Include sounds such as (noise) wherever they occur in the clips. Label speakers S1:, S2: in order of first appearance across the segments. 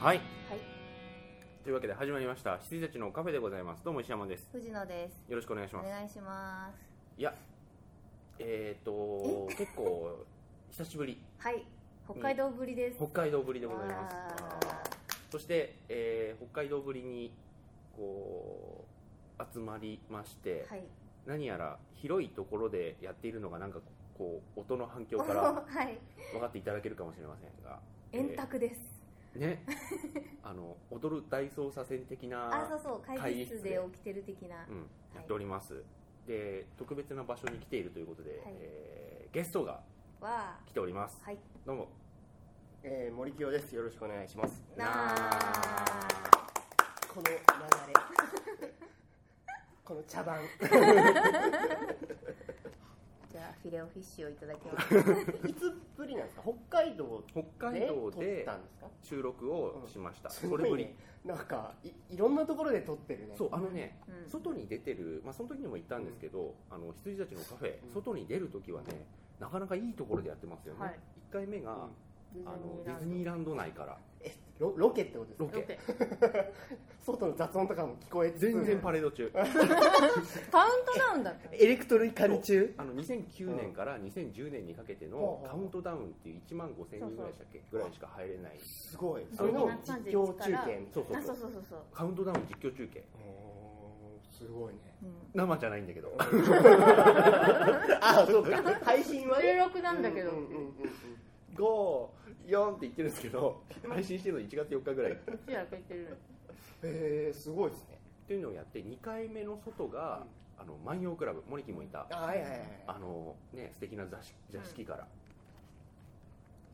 S1: はい
S2: はい、
S1: というわけで始まりました羊たちのカフェでございますどうも石山です
S2: 藤野です。
S1: よろしくお願いし
S2: お
S1: ます
S2: 願いします。
S1: いやえっ、と結構久しぶり
S2: はい、北海道ぶりです。
S1: 北海道ぶりでございます
S2: わ
S1: あーそして、えー北海道ぶりにこう集まりまして、
S2: はい、
S1: 何やら広いところでやっているのがなんかこう音の反響から
S2: はい、
S1: 分かっていただけるかもしれませんが
S2: 円卓です。
S1: ねあの踊る大捜査線的
S2: あ、そ
S1: な
S2: うそう、会議室で起きてる的な
S1: う。ん、やっております、で特別な場所に来ているということで、えーゲストが
S2: は、
S1: 来ております
S2: はい、
S1: どうも
S3: えー、森清です。よろしくお願いします。
S2: なあ。
S3: この流れ、
S1: (laughs)
S3: この茶番、
S2: (laughs) じゃあ、フィレオフィッシュをいただき
S1: (laughs)
S2: ます。
S3: いつぶりなんですか？北海道
S1: 北海
S3: で
S1: 道
S3: 撮っ
S1: で
S3: たんですか？
S1: 収録をしました、
S3: す
S1: そ
S3: ご
S1: れ
S3: い
S1: ぶり、
S3: ね。なんかいいろんなところで撮ってるね。
S1: そうあのね、
S2: うん
S1: 外に出てる、まあ、その時にも言ったんですけど、あの羊たちのカフェ、
S3: うん
S1: 外に出る時はねなかなかいいところでやってますよね、
S2: はい
S1: 1回目が、
S3: うん
S1: あのディズニーランド内から
S3: えロロケってことですか
S1: ロ？ケ
S3: 外の雑音とかも聞こえつつ
S1: 全然パレード中
S2: カウントダウンだった。
S3: エレクトリカル中。
S1: あの2009年から2010年にかけての
S3: うん
S1: カウントダウンっていう1万5000人ぐらいでしたっけぐらいしか入れない
S3: すごい。
S1: あ
S3: それの
S1: 231
S3: 実況中継みたいな。
S1: そうそう
S2: あ、
S1: そ
S2: そううそうそうそう。
S1: カウントダウン実況中継
S3: おーすごい
S1: (laughs)
S3: ね。
S2: うん
S1: 生じゃないんだけど (laughs)
S3: あ、そうか。 (laughs) 配信は
S2: 収
S3: ね。
S2: 録なんだけど
S3: う。んうんうんうん
S1: 54って言ってるんですけど配信してるの1月4日ぐらいっ
S2: こっち開けてる。
S3: えー、すごいですね。
S1: ていうのをやって2回目の外があの万葉クラブモリキもいた
S3: あ、はいはいはい。
S1: あのね素敵な座敷座敷から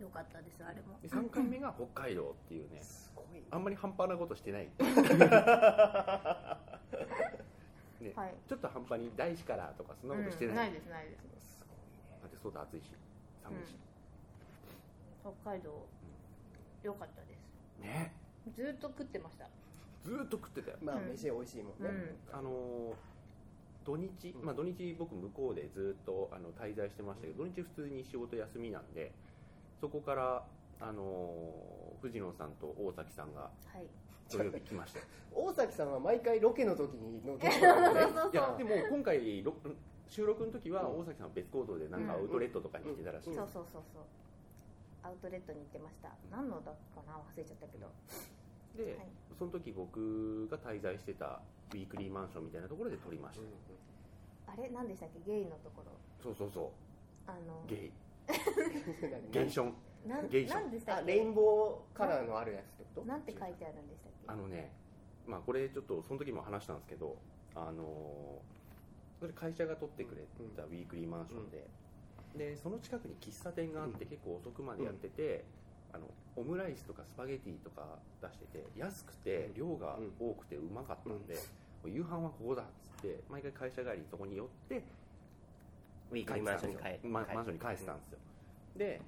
S2: よかったです、あれも。
S1: で3回目が北海道っていうね
S3: すごいね。
S1: あんまり半端なことしてない
S2: はい。
S1: ちょっと半端に大師からとかそんなことして
S2: うん
S1: な
S2: ないいです、ないです。
S3: すごいね。
S1: だって外暑いし寒いし
S2: 北海道。良かったです。
S1: ね
S2: ずーっと食ってました。
S1: ずーっと食ってたよ
S3: まあ、
S2: うん
S3: 飯美味しいもん
S2: う
S3: ね。
S2: ん。
S1: あのー土日、
S3: うん
S1: まあ、土日僕向こうでずっとあの滞在してましたけど土日普通に仕事休みなんでそこから、あのー藤野さんと大崎さんが
S2: はい。
S1: 土曜日来
S2: (laughs)
S1: ました
S3: 大崎さんは毎回ロケの時にのゲスト
S2: そうそ
S1: (laughs)
S3: なんで
S2: うそう
S1: いやでも今回ろ収録の時は
S3: うん
S1: 大崎さんは別行動でなんかアウトレットとかに行ってたらしい、
S2: そうそうそうそうアウトレットに行ってました何のだったかな忘れちゃったけど
S1: で、
S2: はい
S1: その時僕が滞在してたウィークリーマンションみたいなところで撮りました、
S2: あれ何でしたっけゲイのところ
S1: そうそうそ
S2: あの
S1: うゲイゲ
S3: ね
S1: ンション
S2: なん
S1: ゲイション
S2: なんでした
S3: あ
S2: っ
S3: レイ
S2: け
S3: ンボーカラーのあるやつってこと
S2: なんて書いてあるんでしたっけ
S1: あのね、まあ、これちょっとその時も話したんですけど、あのーそれ会社が取ってくれたウィークリーマンションで、でその近くに喫茶店があって結構遅くまでやってて、あのオムライスとかスパゲティとか出してて安くて
S3: うん
S1: 量が多くてうまかったんで、夕飯はここだっつって毎回会社帰りにそこに寄って
S3: ウィークリーマンションに帰る
S1: マンマンションに帰ってたんですよ、で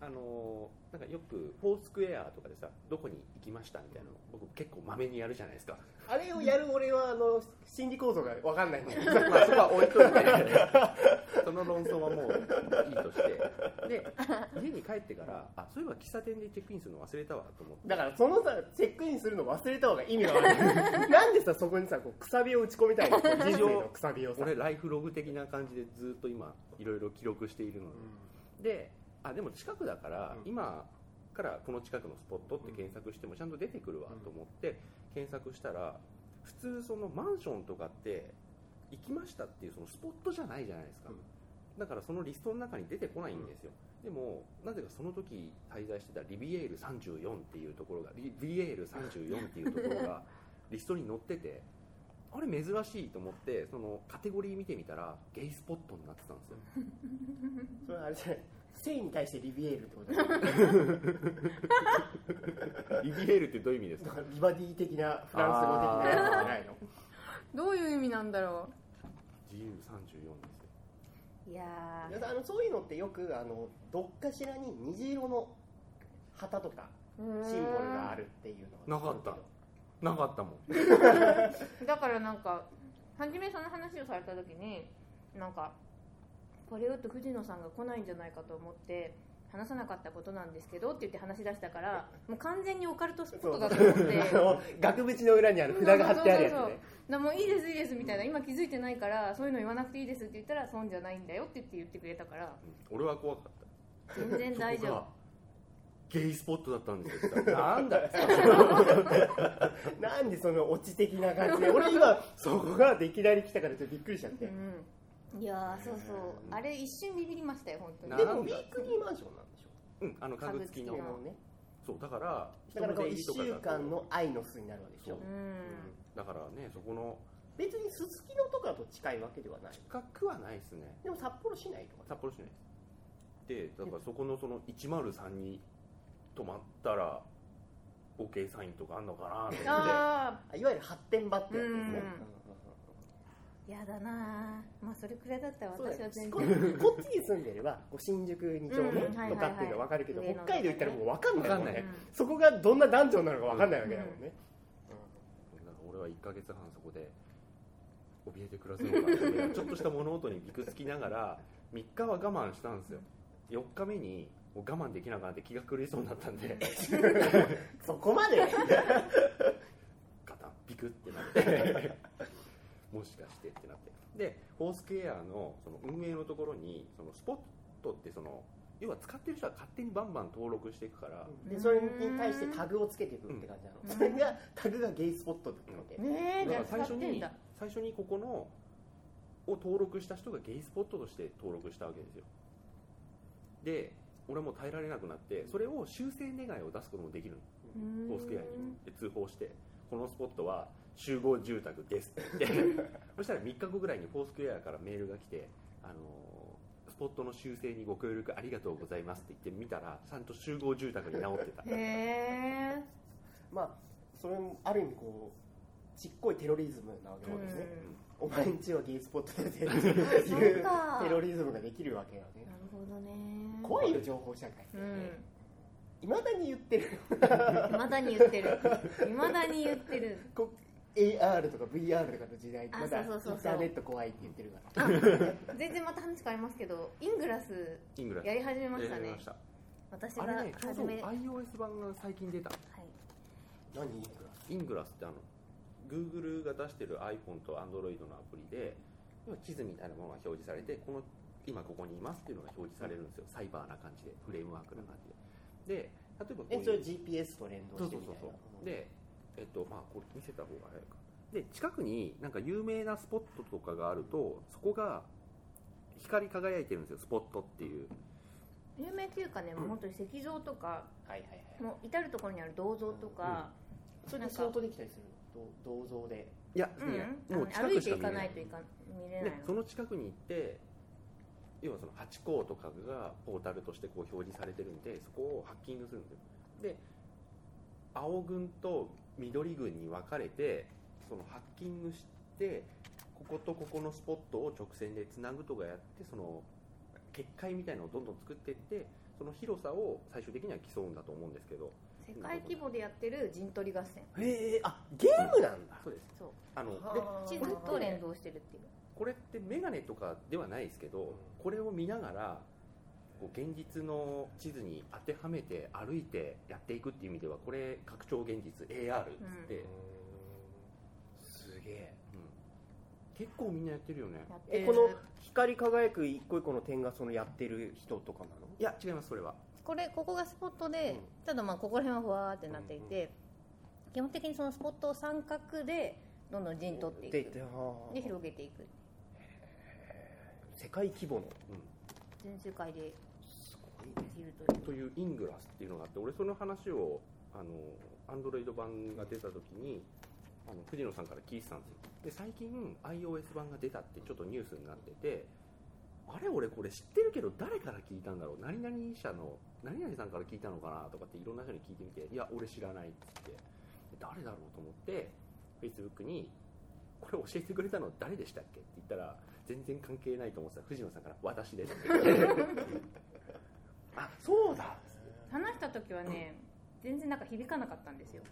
S1: あのーなんかよくフォースクエアとかでさどこに行きましたみたいなの僕結構まめにやるじゃないですか
S3: (laughs) あれをやる俺はあの心理構造が分かんないんだけど
S1: まあそこは置いといてその論争はもういいとしてで家に帰ってからあそういえば喫茶店でチェックインするの忘れたわと思って
S3: だからそのさチェックインするの忘れた方が意味が分かんない
S2: (laughs)
S3: なんでさそこにさこうくさびを打ち込みたいの人生のくさびをさ、
S1: 俺ライフログ的な感じでずっと今いろいろ記録しているので,、であでも近くだから、
S3: うん
S1: 今からこの近くのスポットって検索してもちゃんと出てくるわと思って検索したら普通そのマンションとかって行きましたっていうそのスポットじゃないじゃないですか、
S3: うん
S1: だからそのリストの中に出てこないんですよ、でもなぜかその時滞在してたリビエール34っていうところがリビエール34っていうところがリストに載っててあれ珍しいと思ってそのカテゴリー見てみたらゲイスポットになってたんですよ
S3: それはあれじゃない性に対してリビエールってことだよ
S1: リビエールってどういう意味です
S3: だ
S1: か
S3: からリバディ的なフランス語的なやつ
S2: (laughs)
S3: じゃないの
S2: どういう意味なんだろ
S1: 自由34ですよ
S2: ういや
S3: 皆さんあのそういうのってよくあのどっかしらに虹色の旗とか
S2: ー
S3: シンボルがあるっていうのは
S1: なかったなかったもん
S2: だからなんか初めその話をされた時になんかこれだと藤野さんが来ないんじゃないかと思って
S4: 話さなかったことなんですけどって言って話し出した
S3: (laughs)
S4: からもう完全にオカルトスポットだと思って
S3: あの額縁の裏にある札が貼ってあるやつ
S4: そうそうそう
S3: ね
S4: なもういいですいいですみたいな今気づいてないからそういうの言わなくていいですって言ったら損じゃないんだよって言って言ってくれたから
S1: うん俺は怖かった
S4: 全然大丈
S1: そこ
S4: 夫
S1: がゲイスポットだったんですよ (laughs) なんだよ
S3: なんでそのオチ的な感じで俺今そこがでいきなり来たからちょっとびっくりしちゃって
S4: うんいやーそうそうあれ一瞬ビビりましたよ本当に
S1: な
S3: で
S1: んだ
S3: もビークリーマンションなんでしょ
S1: うんあの家具付きの
S4: 家具付き
S3: ね
S1: そうだから
S3: だからこう
S1: 出入りと
S3: 1週
S1: だと
S3: 間の愛の巣になるわけでしょ
S1: そう
S4: うん
S1: だからねそこの
S3: 別にすすきのとかと近いわけではない
S1: 近くはないですね
S3: でも札幌市内とか
S1: 札幌市内ですでだからそこのその103に泊まったら OK サインとかあんのかなと思って
S4: あ
S3: あいわゆる発展場ってやつですね
S4: うん
S3: うんうん
S4: ーやだなーまあそれくらいだったら
S3: うんそうだ
S4: 私は
S3: よ
S4: 全
S3: こ
S4: 然
S3: こっちに住んでればこう新宿2丁目
S4: うんはいはいはい
S3: とかっていうのは分かるけど
S4: 上野
S3: 北海道行ったらもう分かんないもん
S1: 分かんな
S3: ね
S1: い
S3: そこがどんなダンジョンなのか分かんないわけだもんね
S1: なんか俺は1ヶ月半そこで怯えて暮らすのかっていうちょっとした物音にびくつきながら3日は我慢したんですよ4日目にもう我慢できなくなって気が狂いそうになったんで (laughs)
S3: そこまで
S1: ガタンビクってなっ
S3: (laughs)
S1: てもしかしてってなってでホースケアのその運営のところにそのスポットってその要は使ってる人は勝手にバンバン登録していくから、
S3: でそれに対してタグをつけていくって感じなの、
S4: うん
S3: それがタグがゲイスポットだったわけ、
S4: うんねえじ
S1: だ
S4: ゃ
S1: か
S4: あ
S1: ら最
S4: 使
S1: 初
S4: ってん
S1: に
S4: だ
S1: 最初にここのを登録した人がゲイスポットとして登録したわけですよで俺も耐えられなくなってそれを修正願いを出すこともできる
S4: うーん
S1: のホースケアにで通報してこのスポットは集合住宅です
S4: (laughs)
S1: って言ってそしたら3日後ぐらいにホースケアからメールが来てあのースポットの修正にご協力ありがとうございますって言ってみたらちゃんと集合住宅に直ってた
S4: へえ
S3: まあそれもある意味こうちっこいテロリズムなわけ
S1: そ
S3: な
S1: うん
S3: ですね、
S4: うん
S3: お前んちはゲイスポットだぜっていう
S4: そうか
S3: テロリズムができるわけよね
S4: なるほどね
S3: 怖いよ情報社会って
S4: うん
S3: いま、だに言ってる
S4: 未だに言ってる未だに言ってる
S3: こ AR とか VR とかの時代
S4: あ
S3: まだイン
S4: そうそうそうそう
S3: ターネット怖いって言ってるから
S4: 全然また話変わりますけどイングラス
S1: イングランド
S4: やり始めました
S1: やり
S4: ね
S1: ました
S4: 私
S1: あ
S4: が
S1: れねちょう
S4: 初
S1: ど
S4: め、はい
S1: iOS 版が最近出た
S3: 何いく
S1: イングラスってあの Google が出してる iPhone と Android のアプリで要は地図みたいなものが表示されてこの今ここにいますっていうのが表示されるんですよサイバーな感じでフレームワークな感じでで例えばこうい
S3: え
S1: う
S3: それ GPS と連動
S1: そう
S3: して
S1: そう
S3: みた
S1: そ
S3: いうな
S1: そうでえっとまあこれ見せた方が早いかで近くになんか有名なスポットとかがあるとそこが光り輝いてるんですよスポットっていう
S4: 有名というかねもう本当に石像とか
S3: はいはいはい
S4: もう至る所にある銅像とか、
S3: それで仕事できたりするのど銅像で
S1: いや、
S4: うん
S1: いや
S4: あの
S1: 近
S4: 歩い
S1: くしてか見
S4: い
S1: え
S4: か
S1: な
S4: ないいといか見れない
S1: で
S4: の
S1: その近くに行って要はそのハチ公とかがポータルとしてこう表示されてるんでそこをハッキングするんですよで青軍と緑軍に分かれてそのハッキングしてこことここのスポットを直線でつなぐとかやってその結界みたいなのをどんどん作っていってその広さを最終的には競うんだと思うんですけど
S4: 世界規模でやってる陣取り合戦
S3: へえあゲームなんだ
S1: そうです
S4: そう
S1: あので
S3: はあ
S4: 地図と連動してるっていう
S1: これってメガネとかではないですけどこれを見ながらこう現実の地図に当てはめて歩いてやっていくっていう意味ではこれ拡張現実 AR っつって、
S3: うーんすげえ
S1: 結構みんなやってるよね
S4: やって
S3: え
S4: る
S3: この光り輝く一個一個の点がそのやってる人とかなの
S1: いや違いますそれは
S4: これここがスポットで、
S3: うん
S4: ただまあここら辺はふわーってなっていて、基本的にそのスポットを三角でどんどん陣取っていく
S3: ではあ
S4: で広げていく
S3: 世界規模の
S4: 全世界です
S3: ごいね
S4: できるという
S1: というイングラスっていうのがあって俺その話をあのアンドロイド版が出た時にあの藤野さんから聞いてたんですよで最近 iOS 版が出たってちょっとニュースになっててあれ俺これ知ってるけど誰から聞いたんだろう何々社の何々さんから聞いたのかなとかっていろんな人に聞いてみていや俺知らないっつってで誰だろうと思って Facebook にこれ教えてくれたの誰でしたっけって言ったら全然関係ないと思ってた藤野さんから私ですって言ってあそうだ
S4: 話した時はね、全然なんか響かなかったんですよ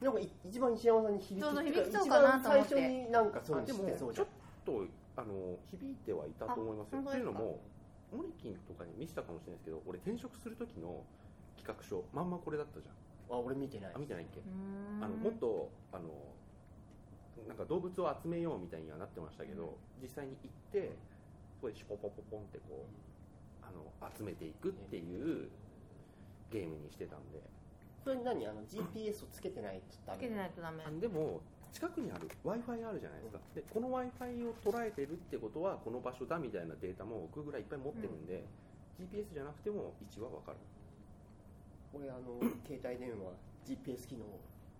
S3: なんかい一番石山さんに響き
S4: そうそう響きそう
S3: 一
S4: かな
S3: 番
S4: と思
S3: 最
S4: って
S3: 初になんかそう
S1: あで
S3: 知っ
S1: も
S3: てそう
S1: ち
S3: じ
S1: ょっ
S3: ゃ
S1: とあの響いてはいたと思いますよ
S4: あ本当
S1: という
S4: ですか
S1: のもモリキンとかに見せたかもしれないですけど俺転職する時の企画書まんまこれだったじゃん
S3: あ俺見てない
S1: あ見てないっ
S2: う
S1: け
S2: ーん
S1: あのもっとあのなんか動物を集めようみたいにはなってましたけど、実際に行ってそこでシュポポポポンってこうあの集めていくっていうゲームにしてたんで
S3: それに何あの GPS をつけてないとダ
S2: つけ
S3: メ
S2: てないとダメ
S1: あでも近くにある w i f i あるじゃないですか、でこの w i f i を捉えてるってことはこの場所だみたいなデータも僕ぐらいいっぱい持ってるんで、GPS じゃなくても位置は分かる
S3: 俺あの携帯電話 GPS 機能を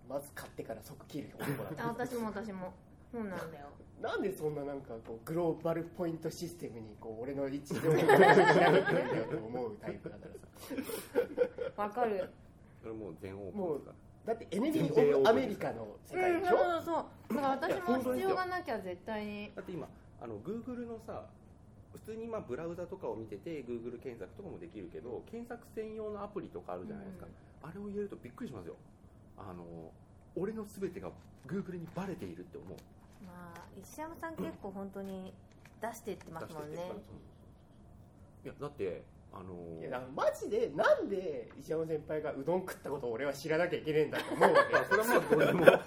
S3: まず買ってから即切る男だった
S2: あ私も私もそうなんだよ
S3: なんでそんななんかこうグローバルポイントシステムにこう俺の位置情報を調べてるんだよと思うタイプだからさ
S2: わかる
S1: それもう全オープンですから
S3: だってエネルギー・オブ・アメリカの世界
S2: うん
S3: でし
S2: そ
S3: ょ
S2: うそうそうだから私も必要がなきゃ絶対に
S1: だって今あの Google のさ普通にまあブラウザとかを見てて Google 検索とかもできるけど検索専用のアプリとかあるじゃないですか、あれを入れるとびっくりしますよあの俺の全てが Google にバレているって思う
S2: まあ石山さん結構本当に出してってますもん
S1: 出して
S2: ね
S1: っていやだってあの
S3: いやだからマジでなんで石山先輩がうどん食ったことを俺は知らなきゃいけねえんだと思うわ
S1: いやそれはまあどうでも
S3: け
S1: いいっ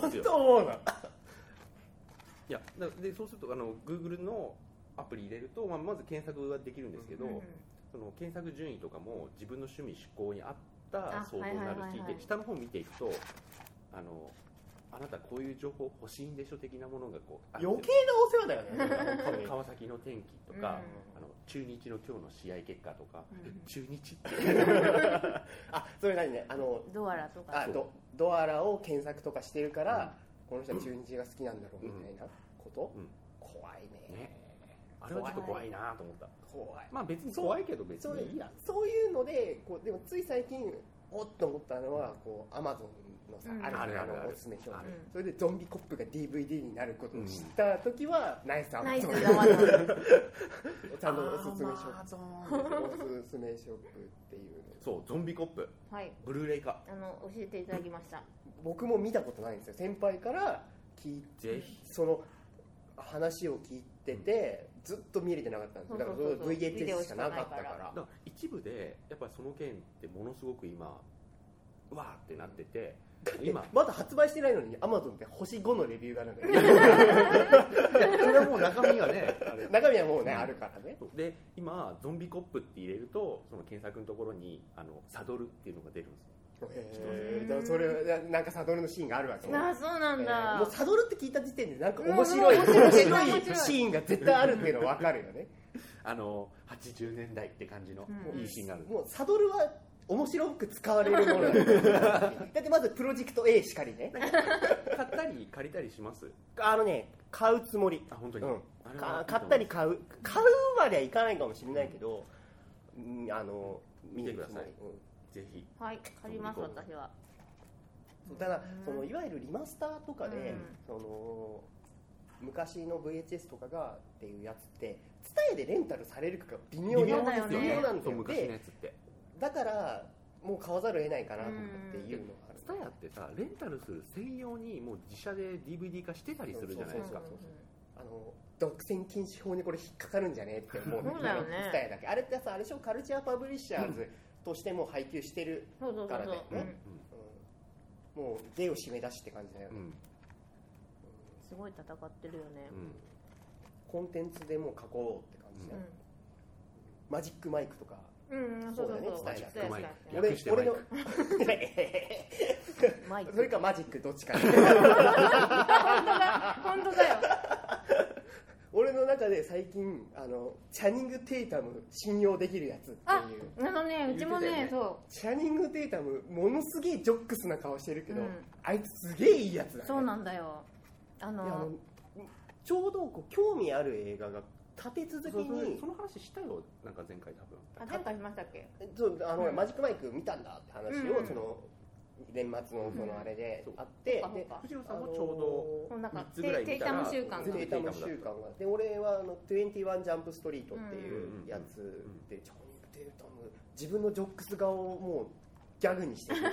S3: 本
S1: すよ
S3: 当思うの
S1: いやだでそうするとあの Google のアプリ入れると、まあ、まず検索ができるんですけど、
S2: うん
S1: その検索順位とかも自分の趣味嗜好に合った
S2: あ
S1: 相当にな
S2: はいはい
S1: るし、
S2: はいはい
S1: で下の方見ていくとあのあなたこういう情報欲しいんでしょ的なものがこうあるん
S3: 余
S1: で
S3: 計なお世話だよね
S1: すよ
S3: 本当に
S1: か川崎の天気とか、
S3: うん
S1: あの中日の今日の試合結果とか、
S2: うん
S1: 中日って
S3: あそれ何ねあの
S2: ドアラとか
S3: あ
S1: そう
S3: ドドアラを検索とかしてるから、この人は中日が好きなんだろうみたいなこと、
S1: うん
S3: 怖いね
S1: ねあれはちょっと怖いなと思った
S3: 怖い
S1: まあ別に怖いけど別
S3: そう
S1: に
S3: いやそういうのでこうでもつい最近おっと思ったのはこうアマゾンのさ、
S2: うん
S3: ある
S1: ある
S3: あ
S1: あるあ
S3: の
S1: る
S3: おすすめ商品
S1: あ
S2: る
S3: それでゾンビコップが DVD になることを知った時は、ナイスア
S2: ナ
S3: マ
S2: イ
S3: ゾ
S2: ス
S3: ン
S2: だわざわざ
S3: ちゃんとおすすめショッ
S1: そう
S3: プおすすめショップっていうの
S1: そうゾンビコップ
S2: はい
S1: ブルーレイ化
S2: あの教えていただきました
S3: 僕も見たことないんですよ先輩から聞い
S1: ぜひ
S3: その話を聞いてて、ずっと見れてなかったんですよだからそ
S2: そうそうそう
S3: の
S2: ビデオ
S3: VHS
S2: し
S3: し
S2: か
S3: か
S2: な
S3: ない
S2: か
S3: からったから
S1: だから一部でやっぱりその件ってものすごく今うわーってなって
S3: (laughs)
S1: て今
S3: まだ発売してないのに Amazon で星5のレビューがなんか
S1: (laughs) そ
S3: 中
S1: れはもう中身がねあれ
S3: 身はもうね、
S1: うん
S3: あるからね
S1: で今ゾンビコップって入れるとその検索のところにあのサドルっていうのが出るんですよ
S3: へーだからそれなんかサドルのシーンがあるわけ
S2: ああそうなん
S3: えー
S2: だ
S3: もうサドルって聞いた時点でなんか面白い、
S2: うん
S3: 面
S2: 面白
S3: 白
S2: い
S3: いシーンが絶対あるっていうの分かるよね
S1: あの80年代って感じの
S2: うん
S1: いいシーンがあるんです
S3: もうサドルは面白く使われるものなんだよ
S1: (laughs)
S3: だってまずプロジェクト A しかりね
S1: 買ったり借りたりします
S3: あのね買うつもり
S1: あ本当に、
S3: うん
S1: あれは
S3: か買ったり買う買うまではいかないかもしれないけど、うんあの
S1: 見てください
S3: 見るつもりうん
S1: ぜひ
S2: はい借ります私は
S3: ただ
S2: うん
S3: そのいわゆるリマスターとかで、
S2: うん
S3: その昔の VHS とかがっていうやつって伝えでレンタルされるかが微妙
S1: 微
S3: に
S1: 妙
S2: だ
S1: で
S2: よ
S1: す
S2: ね
S1: よ
S3: 微妙
S1: ね
S3: なんです
S1: そう
S3: よ
S1: 昔の
S3: で
S1: やつって
S3: だからもう買わざるを得ないかなとかっていうのがある
S1: スタヤってさレンタルする専用にもう自社で DVD 化してたりするじゃないですか
S3: そうそうあの独占禁止法にこれ引っかかるんじゃねって思う
S2: そうだよね
S3: 伝えだけあれってさあれでしょカルチャーパブリッシャーズとしてもう配給してる、
S2: そうそうそう
S3: から
S2: そう
S3: ね
S2: うん
S3: ねうんもう出を締め出しって感じだよ
S1: う
S3: ね、
S1: ん
S2: すごい戦ってるよね
S1: うん
S3: コンテンツでもう囲おうって感じだよ、マジックマイクとか
S2: うんうんそうそうそう
S3: そうだよね
S1: 伝えだ
S2: 伝え
S1: 略
S3: 俺
S1: して
S3: 俺の
S2: だマイク
S3: (laughs) それかマジックどっ
S1: (laughs)
S3: ちか
S2: 本当だよ
S3: 俺の中で最近あのチャニング・テイタム信用できるやつっていう
S2: あのねうちもね
S1: 言ってた
S2: そ
S3: チャニング・テイタムものすげえジョックスな顔してるけど、
S2: うん
S3: あいつすげえいいやつだね
S2: うそうなんだよあ
S3: いやあの
S2: の
S3: ちょうどこう興味ある映画が立て続け
S1: そうそう
S3: に
S1: その話したよなんか前回多分
S2: あ前回しましたっけ
S3: そうあの、
S2: うん
S3: マジックマイク見たんだって話を、
S2: うん
S3: その年末のそのあれで
S1: うん
S3: あって、
S2: そうか
S3: で
S2: そうか
S1: 藤野さんもちょ
S2: もうなんか
S1: 三つぐらい
S2: テ
S1: 見
S2: イ
S1: た
S2: タ
S1: ら
S2: ム習慣
S3: うど
S2: が
S3: データの習慣がで俺はあの21ジャンプストリートっていうやつで、チョン・データム自分のジョックス顔をもうギャグにしてるってい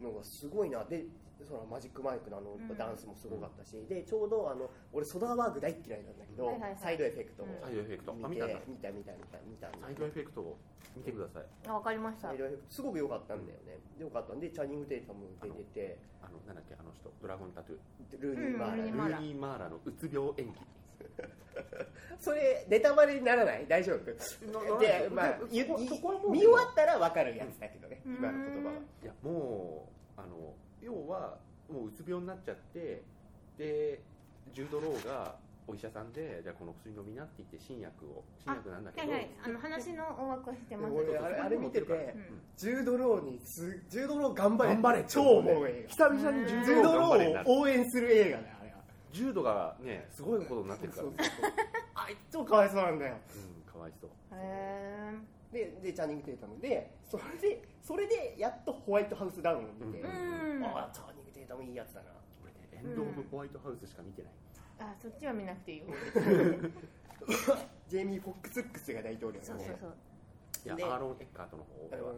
S3: うのがすごいなでそのマジックマイクのあの
S2: ん
S3: ダンスもすごかったし、でちょうどあの俺ソダーバーグ大っ嫌いなんだけど、
S2: はいはいはい
S3: サイドエフェクトを
S2: うん
S1: サイドエフェクトあ
S3: 見
S1: 見
S3: て
S1: たんだ
S3: 見た見た見た見た見た
S1: サイドエフェクトを見てください
S2: あわかりました
S3: サイドエフェクトすごく良かったんだよね良かったんでチャニング・テイタム出てて
S1: あのなんだっけあの人ドラゴンタトゥー
S3: ルーニー・マーラ
S2: うんル
S3: ー
S2: ニマー
S1: ル
S2: ラ
S1: ーニー・マーラのうつ病演
S3: それネタバレにならない大丈夫
S1: 技
S3: で、まあ、ゆ
S1: そこそこはもう
S3: 見終わったら分かるやつだけどね、
S2: うん
S3: 今の言葉は。
S1: いやもうあの要はもううつ病になっちゃってでジュード・ローがお医者さんでじゃあこの薬飲みなって言って新薬を新薬なんだけ
S2: は
S1: ど
S2: いはいあの話の大枠してます
S3: 俺あれあれ見てて、
S2: ん
S3: 10ドローにす10ドロー頑張れ
S1: 頑張れ
S3: 超思う映
S1: 久々に
S3: 画
S1: 柔道
S3: 10ド
S1: 頑
S3: ロ
S1: 張れにな
S3: ー
S1: る
S3: を応援する映画だよあれは
S1: 柔道がねすごいことになってるか
S3: そ
S1: ら
S3: う
S1: ね
S3: そうそうあいつ超かわいそうなんだよ
S1: うんかわいそう
S2: へ
S3: ででチャーニング・テイタムでそれでそれでやっとホワイトハウスダウンを見て、
S2: えう
S1: うん
S3: あ
S2: あ
S3: あチャーニング・テイタムいいやつだな
S1: 俺ねエンド・オブ・ホワイトハウスしか見てない
S2: そっちは見なくていいよ
S3: ジェイミー・フォックス・ルックスが大統領
S2: そう
S3: だね
S2: そうそう
S1: いや
S3: で
S1: アーロン・エッカートの方俺は
S3: うん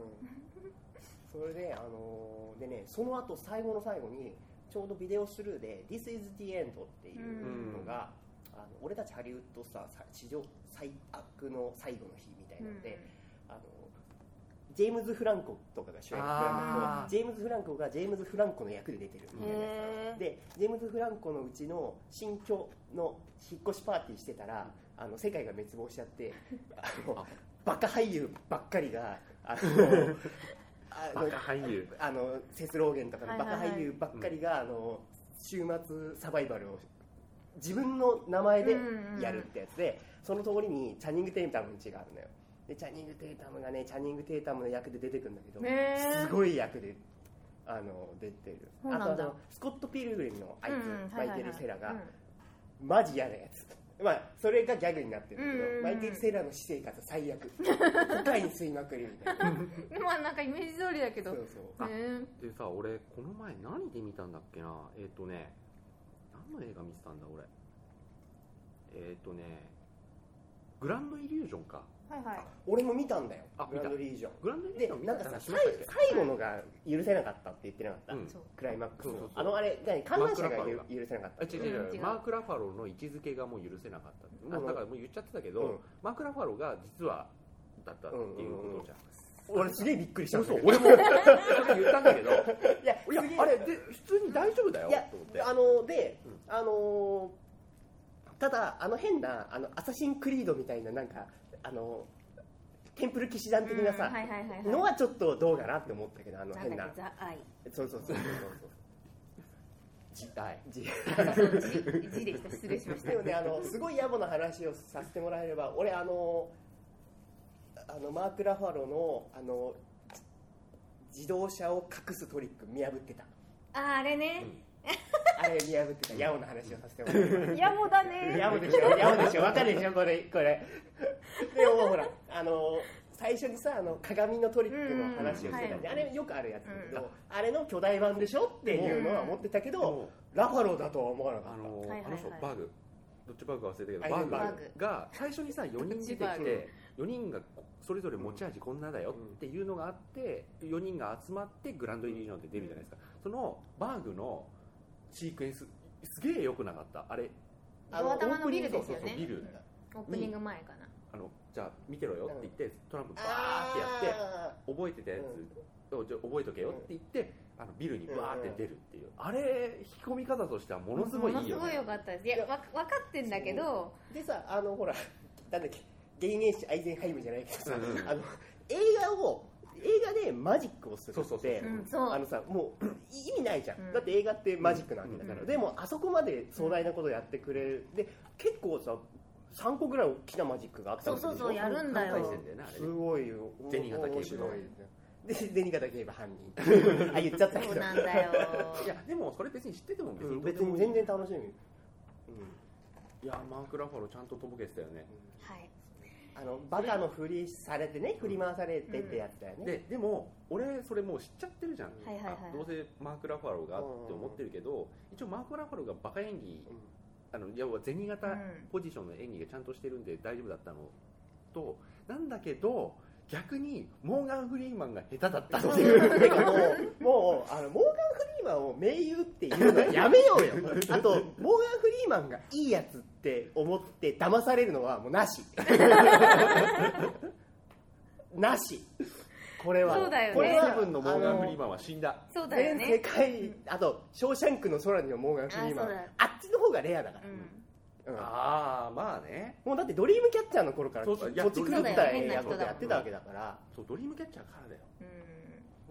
S3: それで、あのーでね、その後最後の最後にちょうどビデオスルーで「This is the End」っていうのが、あの俺たちハリウッドスターさ史上最悪の最後の日みたいなので、あのジェームズ・フランコとかが主演なんだ
S1: あー
S3: けどジェームズ・フランコがジェームズ・フランコの役で出てるみたいな
S2: へー
S3: でジェームズ・フランコのうちの新居の引っ越しパーティーしてたらあの世界が滅亡しちゃってあのバカ俳優ばっかりがあのあ
S1: バカ俳優
S3: あのセス・ローゲンとかのバカ俳優ばっかりが、あの週末サバイバルを自分の名前でやるってやつで、その通りにチャニング・テイタムの家があるのよでチャニング・テイタムがねチャニング・テイタムの役で出てくるんだけど、
S2: ねえ
S3: すごい役であの出てる
S2: そう
S3: あ
S2: なんだ
S3: とあのスコット・ピルグリムのあいつ、マイケル・セラが、
S2: うん
S3: マジ嫌なやつまあそれがギャグになってるけど、
S2: うん
S3: マイケル・セラの私生活
S2: (laughs)
S3: 最悪コカイン吸いまくりみたいな
S2: でもなんかイメージ通りだけ
S3: そ
S2: どね
S3: うそう
S1: あ
S2: え
S1: でさ俺この前何で見たんだっけなえっ、とね何の映画見てたんだ俺えっ、とねグランドイリュージョンか
S2: はいはい
S3: 俺も見たんだよ
S1: あ
S3: グランドリージョン
S1: グランドイリュー
S3: で
S1: ジョン見
S3: な
S1: た
S3: んか
S1: 話
S3: さ
S1: し
S3: 最
S1: ましたっけ
S3: 最後のが許せなかったって言ってなかった、
S1: うん
S2: そう
S3: クライマックスの
S1: そうそうそう
S3: あのあれ何観覧車が
S1: マックラ
S3: ゆ
S1: ファロ
S3: 許せなかっ
S1: あ
S3: た
S1: 違う違う
S2: うん違う
S1: マーク・ラファローの位置づけがもう許せなかったって、
S3: うん
S1: あだからもう言っちゃってたけど、
S3: うん
S1: マーク・ラファローが実はだったっていうことじゃん、
S3: 俺すげえびっくりしたん
S1: 嘘
S3: だけど
S1: 俺もそれ言ったんだけど
S3: いや
S1: いや
S3: すげえ
S1: あれで普通に大丈夫だよ
S3: いや
S1: と思って
S3: あので、
S1: うん
S3: あのーただあの変なあのアサシンクリードみたいななんかあのテンプル騎士団的なさ、
S2: うんはいはいはいはい
S3: のはちょっとどうかなって思ったけどあの変
S2: なん
S3: な
S2: だっけザ・アイ
S3: そうそうそうそうそう
S1: 時代
S3: じ
S2: 字でした失礼しました
S3: でもねあのすごい野暮な話をさせてもらえれば俺あのあのマーク・ラファロのあの自動車を隠すトリック見破ってた
S2: あーあれね
S3: あれ見破ってた野暮な話をさせてもらえれば
S2: 野暮だね
S3: やむでしょ、やむでしょ、わかるでしょ、これ、これ。でも、ほら、あの、最初にさ、あの、鏡のトリックの話をしてた
S2: うんんは
S3: で、
S2: い
S3: あれよくあるやつだけ
S1: うん
S3: ど、あれの巨大版でしょっていうのは思ってたけ
S1: で
S3: ど
S1: も、
S3: ラファローだとは思わなか
S1: あ
S3: っ
S1: の,、
S2: はいはいはい
S1: あの人バグどっちバグか忘れた
S3: ア
S1: け
S3: イ
S1: ど
S3: ゼ
S1: バ
S3: ン
S1: グ
S3: バーグ
S1: が最初にさ4人出て
S2: バ
S1: き
S2: グ
S1: て4人がそれぞれ持ち味こんなだよ
S3: うん
S1: っていうのがあって4人が集まってグランドイリュージョンって出るじゃないですかそのバーグのシークエンスすげえ良くなかったあれ
S3: あの
S2: ドア玉のビル
S1: そう
S2: で
S1: そう
S2: すよ
S1: そうビ
S2: ね
S1: ル
S2: オープニング前かな
S1: あのじゃあ見てろよって言ってトランプバ
S3: た。
S1: ーってやって
S3: あ
S1: 覚えてたやつをじゃあ覚えとけよって言って、あのビルにバーって出るっていう、あれ引き込み方としてはものすごいいい
S2: も
S1: よ、ね、
S2: のすごい良かったですいやわ分かってんだけど
S3: ーでさ、あの、ほら、 (laughs) なんだっけ、幻影師アイゼンハイムじゃないけどさ
S1: うんう、ん
S3: あの、映画を、映画でマジックをする
S1: そうそう
S3: っ
S1: そう
S3: て
S1: う
S2: う、んそう
S3: あのさもう意味ないじゃん、
S2: うん
S3: だって映画ってマジックなわけだから、
S2: うん
S3: でもあそこまで壮大なことやってくれるで結構さ3個ぐらい大きなマジックがあったわけでしょ
S2: そうそうやるんだよ
S1: 3回戦だよねあれ
S3: す
S1: ね
S3: ごいよ
S1: 銭形警部の
S3: 面白いですねで銭形警部犯
S1: (laughs)
S3: 人あ言っちゃったけ
S2: そ
S3: ど
S2: うなんだよ
S1: いやでもそれ別に知ってても別
S3: うん
S1: に
S3: 別に全然楽しみ、うん、
S1: いやマーク・ラファローちゃんととぼけてたよね、
S2: はい
S3: あのバカのふりされてね振り回されてってやつだよね、
S1: ででも俺それもう知っちゃってるじゃん、
S2: はいはいはい
S1: あどうせマーク・ラファローがって思ってるけど、一応マーク・ラファローがバカ演技
S3: うん
S1: あの要は銭形
S2: うん
S1: ポジションの演技がちゃんとしてるんで大丈夫だったのとなんだけど逆にモーガン・フリーマンが下手だったっていう
S3: てかもうもうあのモーガン・フリーマンを名優っていうのは (laughs) やめようよあとモーガン・フリーマンがいいやつって思って騙されるのはもうなし (laughs) なしこれは
S4: そうだよね
S3: これは
S1: セブンのモーガン・フリーマンは死んだ
S4: そうだよ
S3: 全世
S4: ね。
S3: 界あと「ショーシャンクの空に」のモーガン・フリーマン
S4: あそ
S3: あ
S4: うだ
S3: っちの方がレアだか
S4: うん
S3: ら、うん
S1: ああまあね
S3: もうだってドリームキャッチャーの頃から
S1: そ
S3: 土
S1: うそう
S3: 地
S1: いや
S3: 狂ったや
S4: そう
S3: つ
S4: だよ
S3: やってたわけだから
S1: そうドリームキャッチャーからだよ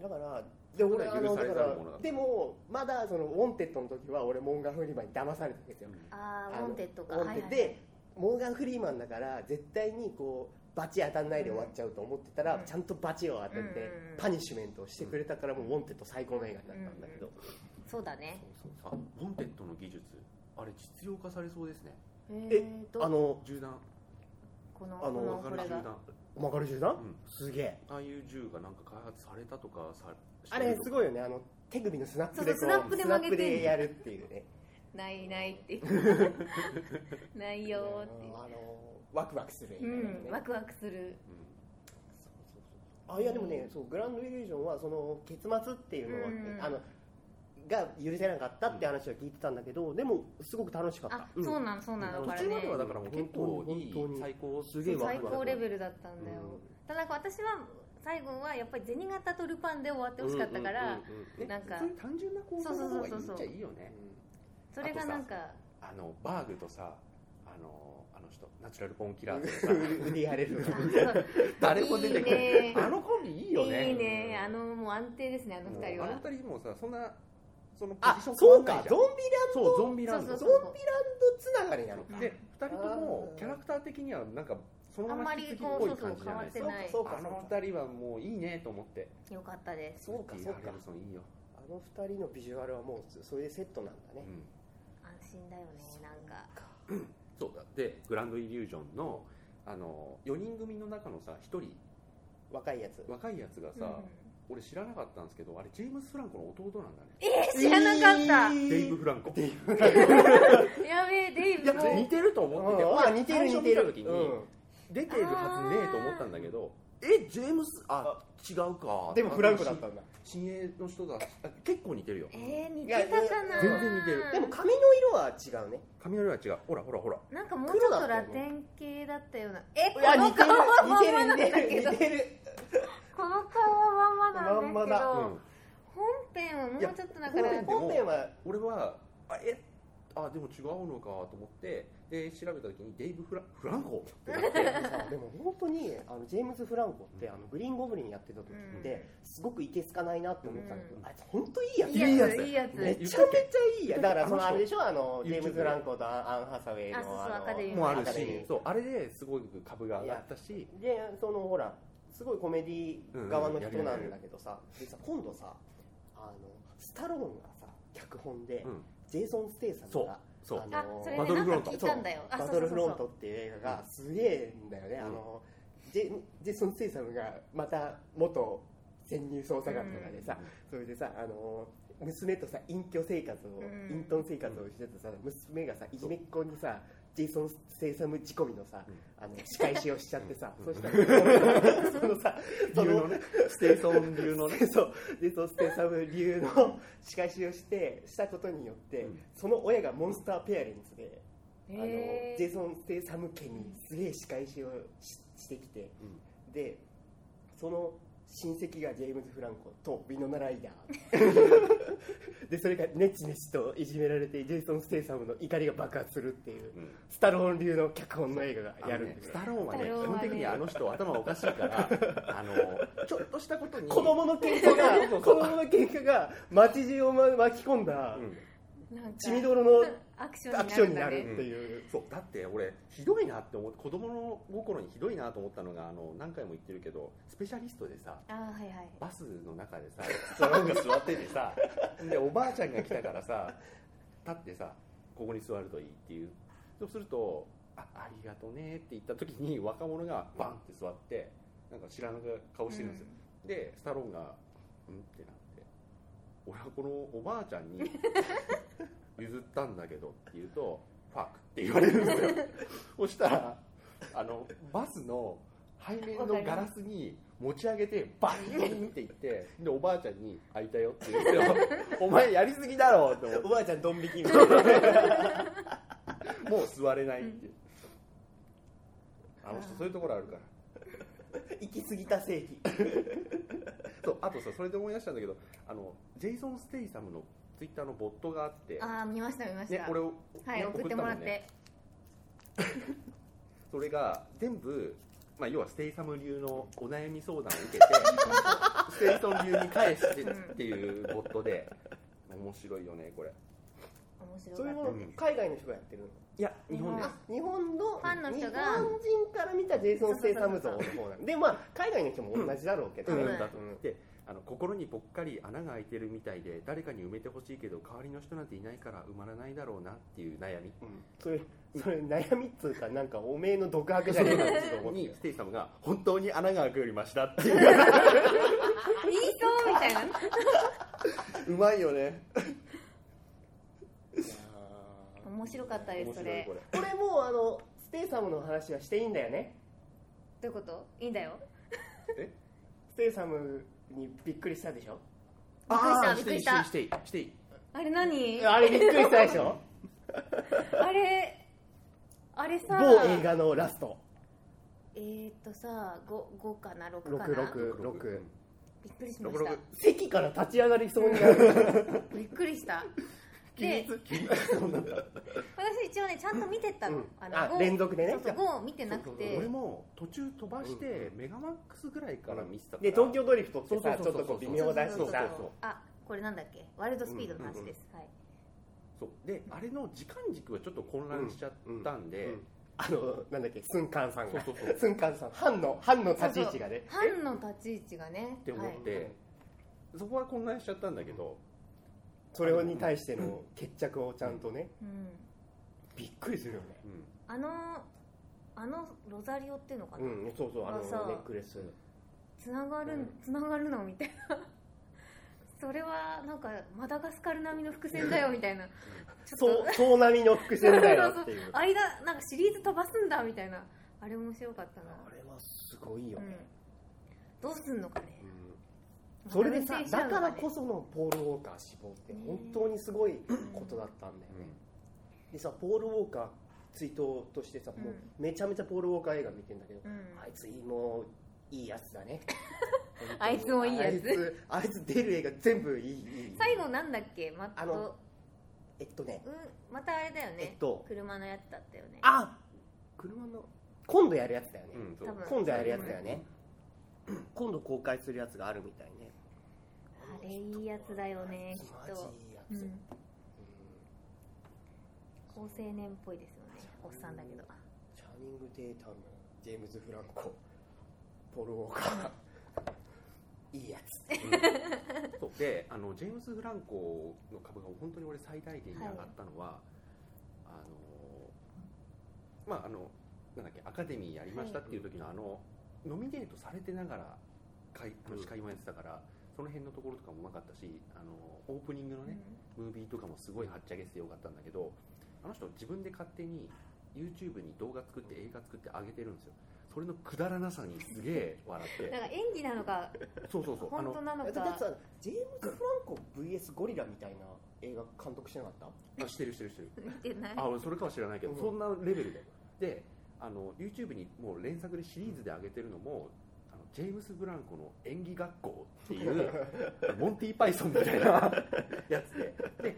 S4: うん
S3: だからで俺
S1: そ
S3: あ
S1: れは
S3: の
S1: 許され
S3: だ
S1: ざ
S3: か
S1: る
S3: ら
S1: ものだ
S3: でもまだそのウォンテッドの時は俺モーガン・フリーマンに騙されたわけですよ
S4: あ
S3: あ
S4: ー、
S3: の
S4: モンテッドか。
S3: ウォンテッド
S4: はいはいはい
S3: でモーガン・フリーマンだから絶対にこうバチ当たんないで終わっちゃうと思ってたら、
S4: うん
S3: ちゃんとバチを当てて、
S4: うん
S3: パニッシュメントをしてくれたからもうウォンテッド最高の映画になったんだけど、
S4: そうだね。
S1: あボンテッドの技術あれ実用化されそうですね
S4: えーと
S3: あの
S1: 銃弾
S4: この、
S3: あ
S4: こ
S3: の
S4: の、
S1: 曲
S4: こ
S1: がる
S4: れ
S1: 銃
S4: が。
S1: 弾
S3: 曲がる銃弾、
S1: うん
S3: すげえ
S1: ああいう銃がなんか開発されたとかさ
S3: あれす
S1: い
S3: ごいよねあの手首のスナップでこう
S4: そうそうスナップで曲げて
S3: スナップでやるっていうね
S4: ないないって。ないよーって
S3: あのワクワクする映
S4: う
S3: 画だよね
S4: ん、ワクワクする。
S3: あいやでもね、そうグランドイリュージョンはその結末っていうのは、
S4: うん
S3: あのが許せなかったって話は聞いてたんだけど、でもすごく楽しかった。
S4: あ、そうなの、そうなの、
S1: 途
S4: これ
S1: 中まで
S4: ね
S1: は。だからもう結構いい
S3: 本当に
S1: 最高
S3: すげえワ
S4: 最
S3: クワク
S4: 高レベルだったんだよ
S3: うん。
S4: ただなんか私は、最後はやっぱり銭形とルパンで終わってほしかったから、な
S1: なんん
S4: か
S1: か普通に単純な構想の方がいいっちゃいいよ
S3: う
S1: ね
S3: ん
S4: それがなんか、
S1: あのバーグとさあのあの人ナチュラルボーンキラー
S3: (laughs)
S1: ズと
S3: う
S1: か
S3: んウディハレルの
S4: あそう
S1: 誰も出てこない
S4: いいね
S1: あのコンビいいよね
S4: いいね、あの、もう安定ですね、あの
S1: も
S4: 二
S1: う
S4: 人
S1: あ
S4: は
S1: の。二人もさそんなそのポ
S3: あ
S4: (laughs)
S1: ジション変
S3: そ
S1: わ
S3: うん
S1: ないじ
S3: か
S1: ゃんそうゾンビランド
S4: そう
S3: ゾンビゾ
S4: そ
S3: ン
S4: う
S3: ビランドつながりなのか。
S1: で2人ともキャラクター的にはなんかそのまま引き継ぎっぽい感じじゃないです
S4: あん
S1: か
S4: まり
S3: そうか
S1: あ
S3: そうか
S1: の2人はもういいねと思って
S4: よかったです。
S3: そうかそうか
S1: ハリルソンいいよ、
S3: あの二人のビジュアルはもうそれでセットなんだ
S1: う
S3: ね。
S1: ん、
S4: 安心だよね、なんか。
S1: そうだでグランドイリュージョンのあの4人組の中のさ1人
S3: 若いやつ。
S1: 若いやつがさ、俺知らなかったんですけどあれジェームス・フランコの弟なんだね
S4: え、知らなかっ
S1: デイブ・フランコい
S4: た。やべえ、デイブ
S1: や
S4: の。
S1: 似てると思ってて、
S3: うん
S1: 俺
S3: あ似てる似
S1: 最
S3: てる。
S1: 初見た時に、
S3: うん
S1: 出てるはずねえと思ったんだけどえジェームスあ違うか
S3: でもフランクだったんだ。
S1: 新鋭の人だあ結構似てるよ
S4: えー、似てたかな。
S1: いや全然似てる
S3: でも髪の色は違うね。
S1: 髪の色は違うほらほらほら
S4: なんかもうちょっとラテン系だったような。え、こ
S3: いや
S4: の
S3: 似て
S4: 顔
S3: る
S4: はまんまなん
S3: 似
S4: だ
S3: て
S4: け
S3: る
S4: ど
S3: 似。てる似て
S4: この顔はまんまなんですけど、
S1: うん
S4: 本編はもうちょっとだから
S1: いや
S3: る。本編は
S1: 俺はあえあでも違うのかと思ってで調べた時にデイブ・フラフランコってなって
S3: (laughs) さでも本当にあのジェームズ・フランコってあのグリーン・ゴブリンやってた時ってすごくいけつかないなって思ってたんだけど、
S1: うん
S3: あいつ本当いいやつ
S4: いいやつ、
S1: い
S4: いいやつ。
S3: めちゃめちゃいいやつだからそのあれでしょあのジェームズ・フランコとアン・ハサウェイの
S4: あそうそう
S3: の
S4: アカデミー
S1: もある
S3: アカデミ
S1: し
S3: ー
S1: そうあれですごく株が上がったし
S3: でそのほらすごいコメディ側の人なんだけどさ,、でさ今度さあのスタローンがさ脚本で、
S1: うん
S3: ジェイソン・ステイサムが
S1: そうそう
S3: あ
S4: あ
S3: の、
S4: それ
S1: バ
S4: ね、
S1: ト
S4: な
S1: ルフロ
S4: んか
S1: ント
S4: 聞いたんだよ。あ、
S3: バ
S4: そ
S3: ト
S4: うそ
S3: ル
S4: う
S3: フ
S4: そ
S3: ロン
S4: う。
S3: トっていう映画がすげえんだよね、
S1: うん
S3: あのジェジェイソン・ステイサムがまた元潜入捜査官と
S1: (laughs)
S3: かでさ、それでさあの娘とさ隠居生活を、
S4: うん
S3: 隠遁生活をしてたさ娘がさいじめっ子にさジェイソン・ステイサム仕込みのさ、
S1: うん
S3: あの仕返しをしちゃってさ、
S1: うん
S3: そしたらそのさそ
S1: 流のねステイソン流のね
S3: そうでそうステイサム流の仕返しをしてしたことによって、
S1: うん
S3: その親がモンスターペアレンツで、あの
S4: へ
S3: ジェイ
S4: ー
S3: ソン・ステイサム家にすげえ仕返しをししてきて
S1: うん
S3: でその親戚がジェームズ・フランコとビノナ・ライダ
S1: (laughs)
S3: ーでそれがネチネチといじめられてジェイソン・ステイサムの怒りが爆発するっていう
S1: うん
S3: スタローン流の脚本の映画がや
S1: や
S3: る
S1: る
S3: んです
S1: ス
S3: よ、
S1: タローンはね
S4: スタロー
S1: 基
S4: ンはね
S1: 本的にあの人頭おかしい
S3: (laughs)
S1: からあのちょっとしたことに
S3: 子供の喧嘩
S1: そうそ (laughs)
S3: が
S1: う
S3: 子供の喧嘩が街中をま巻き込んだ
S1: うん
S4: なんか
S3: 血みどろの
S4: アクシ
S3: アクシ
S4: ョ
S3: ョン
S4: ン
S3: に
S4: に
S3: な
S4: な
S3: る
S4: る
S3: っ
S4: ん
S3: て
S4: だね。
S3: いう
S1: そうだって俺ひどいなって思って子供の心にひどいなと思ったのがあの何回も言ってるけどスペシャリストでさ
S4: あー、はいはい。
S1: バスの中でさストロンが座っててさでおばあちゃんが来たからさ立ってさここに座るといいっていうそうすると「あありがとね」って言った時に若者がバンって座ってなんか知らぬ顔してるんですよ、でスタローンが「うん?」ってなって「俺はこのおばあちゃんに譲ったんだけど」って言うと「ファック」って言われるんですよ
S4: (laughs)
S1: そしたらあのバスの背面のガラスに持ち上げてバリーンって言ってでおばあちゃんに「開いたよ」って言って「
S4: (laughs)
S1: お前やりすぎだろ」って思って
S3: おばあちゃんドン引きみたいな
S1: もう座れないっていうあの人そういうところあるから
S3: 行き過ぎた正義
S1: (laughs) そうあとさそれで思い出したんだけどあのジェイソン・ステイサムのツイッターのボットがあって
S4: ああ見ました見ました、
S1: ね、俺を、
S4: はい
S1: ね
S4: 送ってもらっ
S1: ん
S4: て、
S1: ねそれが全部、まあ、要はステイサム流のお悩み相談を受けて (laughs) ステイソン流に返してっていうボットで面白いよねこれ
S4: 面白
S3: そういうも
S4: かっ
S3: の海外の人がやってるの
S1: いや日本です
S4: あ
S3: 日本の
S4: ファンの人が
S3: 日本人から見たジェイソン・ステイサム像の方なのでまあ海外の人も同じだろうけど、
S1: うん
S4: うん
S1: だと思って、あの心にぽっかり穴が開いてるみたいで誰かに埋めてほしいけど代わりの人なんていないから埋まらないだろうなっていう
S4: (laughs)
S1: 悩み
S3: うんそれそれ悩みっつうかなんかおめえの独白じゃねえかって思って
S1: (laughs) にステイサムが本当に穴が開くよりマシだって
S4: (laughs)
S1: いう
S4: た言いそうみたいな
S1: うまいよね
S4: (laughs) 面白かったです
S1: 面
S4: そ
S1: 白
S4: れ
S1: いこれ
S3: これもうあのステイサムの話はしていいんだよね
S4: どういうこといいんだよ
S3: ステイサムにびっくりしたでしょ
S4: びっくりした
S1: あー
S4: びっくりした
S1: していいしていいしていい
S4: あれ何
S3: あれびっくりしたでしょ
S4: あれあれさ
S3: (laughs) 某映画のラスト
S4: えーっとさ 5, 5かな6かな
S3: 666
S1: 六
S4: びっくりしま
S1: 六
S4: した
S1: 六
S3: 席から立ち上がりそうになる
S4: びっくりしたで (laughs) 私一応ねちゃんと見てったの,、
S3: うん
S4: の
S3: あ
S4: 5
S3: 連続でね
S4: そうそう5を見てなくて
S1: 俺も途中飛ばしてメガマックスぐらいから見てたから
S3: で東京ドリフトってさ
S1: そうそうそう
S3: ちょっ
S1: そう
S3: とこう微妙だし
S1: そうそう
S3: さ
S1: そう
S4: あこれなんだっけワイルドスピードの話です、はい
S1: そうであれの時間軸がちょっと混乱しちゃったんで、
S3: うんあのなんだっけスンカンさんが
S1: そうそうそう
S3: スンカンさん班の班の立ち位置がね
S4: そうそう班の立ち位置がね
S1: って思って、
S3: はい
S1: そこは混乱しちゃったんだけど、
S3: それに対しての決着をちゃんとね
S4: うん、
S3: びっくりするよね
S1: うん
S4: あのあのロザリオっていうのかな、
S3: うんそうそうあの
S4: あそう
S3: ネックレス
S4: つながる、
S3: うん
S4: つながるのみたいな (laughs) それはなんかマダガスカル並みの伏線だよみたいなちょっと
S3: そうそう波の伏線だよって (laughs) いうあ
S4: 間なんかシリーズ飛ばすんだみたいなあれ面白かったな、
S3: れはすごいよ
S4: うん
S3: ね、
S4: どうすんのかね
S3: うんそれでさ
S4: また
S3: だから
S4: 転
S3: こそのポール・ウォーカー死亡って本当にすごいことだったんだよね、でさポール・ウォーカー追悼としてさ、もう
S4: う
S3: めちゃめちゃポール・ウォーカー映画見てんだけど、
S4: うん
S3: あいつもういいやつだね
S4: あいつもいいやつ
S3: あいつあいつ出る映画全部いいいい
S4: 最後なんだっけマット
S3: あのえっとね
S4: うんまたあれだよね、
S3: えっと
S4: 車のやつだったよね
S3: あ車の今度やるやつだよね、
S1: うんそう
S4: 多分
S3: 今度やるやつだよね、今度公開するやつがあるみたいね
S4: あれいいやつだよねきっ
S3: マジ
S4: と、
S3: いいや
S4: う
S3: つ、
S4: ん、高青年っぽいですよねおっさんだけど
S3: チャーニング・データのジェームズ・フランコポール・ウォーカーいいやつ
S1: そうであのジェームス・フランコの株が本当に俺最大限に上がったのは、あのまああのなんだっけアカデミーやりましたっていう時の、あのノミネートされてながらかいあの
S3: うん
S1: 司会もやってたから、その辺のところとかもうまかったしあのオープニングのね、ムービーとかもすごいはっちゃけしてよかったんだけどあの人自分で勝手に YouTube に動画作って映画作って上げてるんですよそれのくだらなさにすげえ笑って
S4: うん (laughs) なんか演技なのか
S1: そうそうそうあ
S4: 本
S1: の
S4: 当なの
S3: だって
S4: か
S3: さジェームズ・フランコ VS ゴリラみたいな映画監督してなかった
S1: あしてるしてるしてる
S4: 見てない
S1: あ俺それかは知らないけど、
S3: うん
S1: そんなレベルでであの YouTube にもう連作でシリーズで上げてるのもあのジェームス・ブランコの演技学校っていう (laughs) モンティ・パイソンみたいな (laughs) やつでで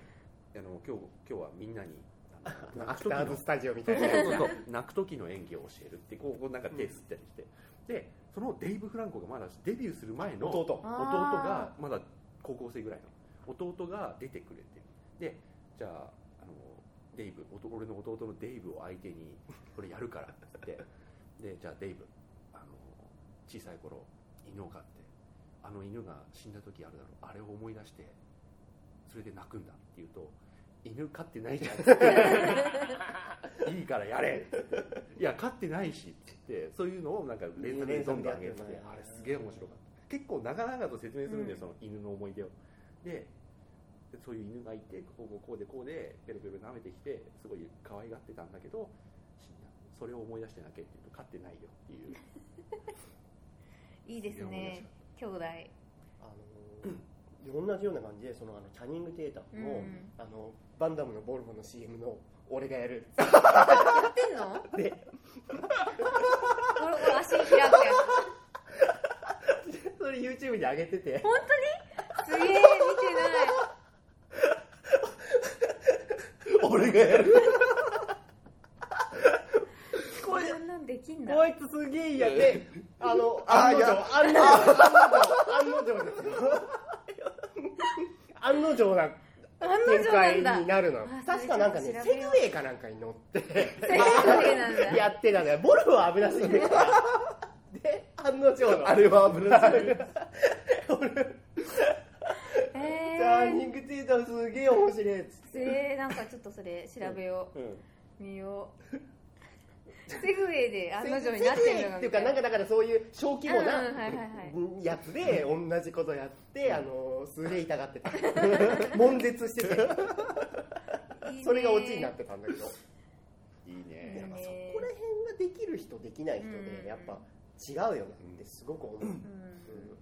S1: あの今日今日はみんなにあの
S3: ア
S1: 泣く
S3: クタ
S1: 時
S3: ーズ
S1: の
S3: スタジオみた
S1: そう
S3: い
S1: そ
S3: な
S1: うそうそう泣く時の演技を教えるってこうこうなんか手すったりして、でそのデイブ・フランコがまだデビューする前の
S3: (laughs) 弟
S4: あ
S1: 弟がまだ高校生ぐらいの弟が出てくれてでじゃああのデイブおと俺の弟のデイブを相手にこれやるからって言ってでじゃあデイブあの小さい頃犬を飼ってあの犬が死んだ時あるだろうあれを思い出してそれで泣くんだって言うと犬飼ってないじゃんっつっていいからやれっつっていや飼ってないしって言ってそういうのをなんか連作でどんどん上げてて
S3: 連作でやってるね
S1: あれすげえ面白かった結構長々と説明するんだよ、
S4: うん
S1: その犬の思い出をででそういう犬がいてこうこうこうでこうでペロペロ舐めてきてすごい可愛がってたんだけど死んだそれを思い出して泣けって言うと飼ってないよっていう
S4: (laughs) いいですね兄弟
S3: あの同じような感じでそのあのキャニング・テータムの,、
S4: うん
S3: あのバンダムのボルボの CM の俺がやる
S4: やってんの
S3: で
S4: これこれ足開くや
S3: それ YouTube に上げてて
S4: つすげえ見てない
S3: 俺がやる
S4: こんなんできんだ
S3: こいつすげえやってあの
S5: あー
S3: 案の
S5: い
S3: 定
S5: や
S3: 案の定案の定案の定ですよ案の定な
S4: 案の
S3: 展
S4: 定
S3: 開
S4: な
S3: に
S4: んだ
S3: なるの
S4: あー
S3: 確かなんかね
S4: そ
S3: セ
S4: れ
S3: グ
S4: ちょっと調べ
S3: ウ
S4: よう
S3: ェイかなんかに乗って
S4: 正解なんだ
S3: やってたんだよボルボは危なすぎてで案の定の
S5: あれは危ない
S4: え
S3: ターニングテータすげえ面白いっつっ
S4: ー、えー、なんかちょっとそれ調べよ
S3: て、うん
S4: う見よ
S3: (laughs)
S4: うセグウェイで案の定になってるのが
S3: っていうかなんかだからそういう小規模な
S4: うんうんはいはいはい
S3: やつで同じことやって、あのすげえ痛が
S4: (laughs)
S3: ってた悶絶してて
S4: いいね
S3: それがオチになってたんだけど
S5: いい
S4: いい
S5: ね
S4: ね
S3: そこら辺ができる人できない人
S4: うんうん
S3: でやっぱ違うよなってすごく思う、
S4: う
S3: うん
S4: ん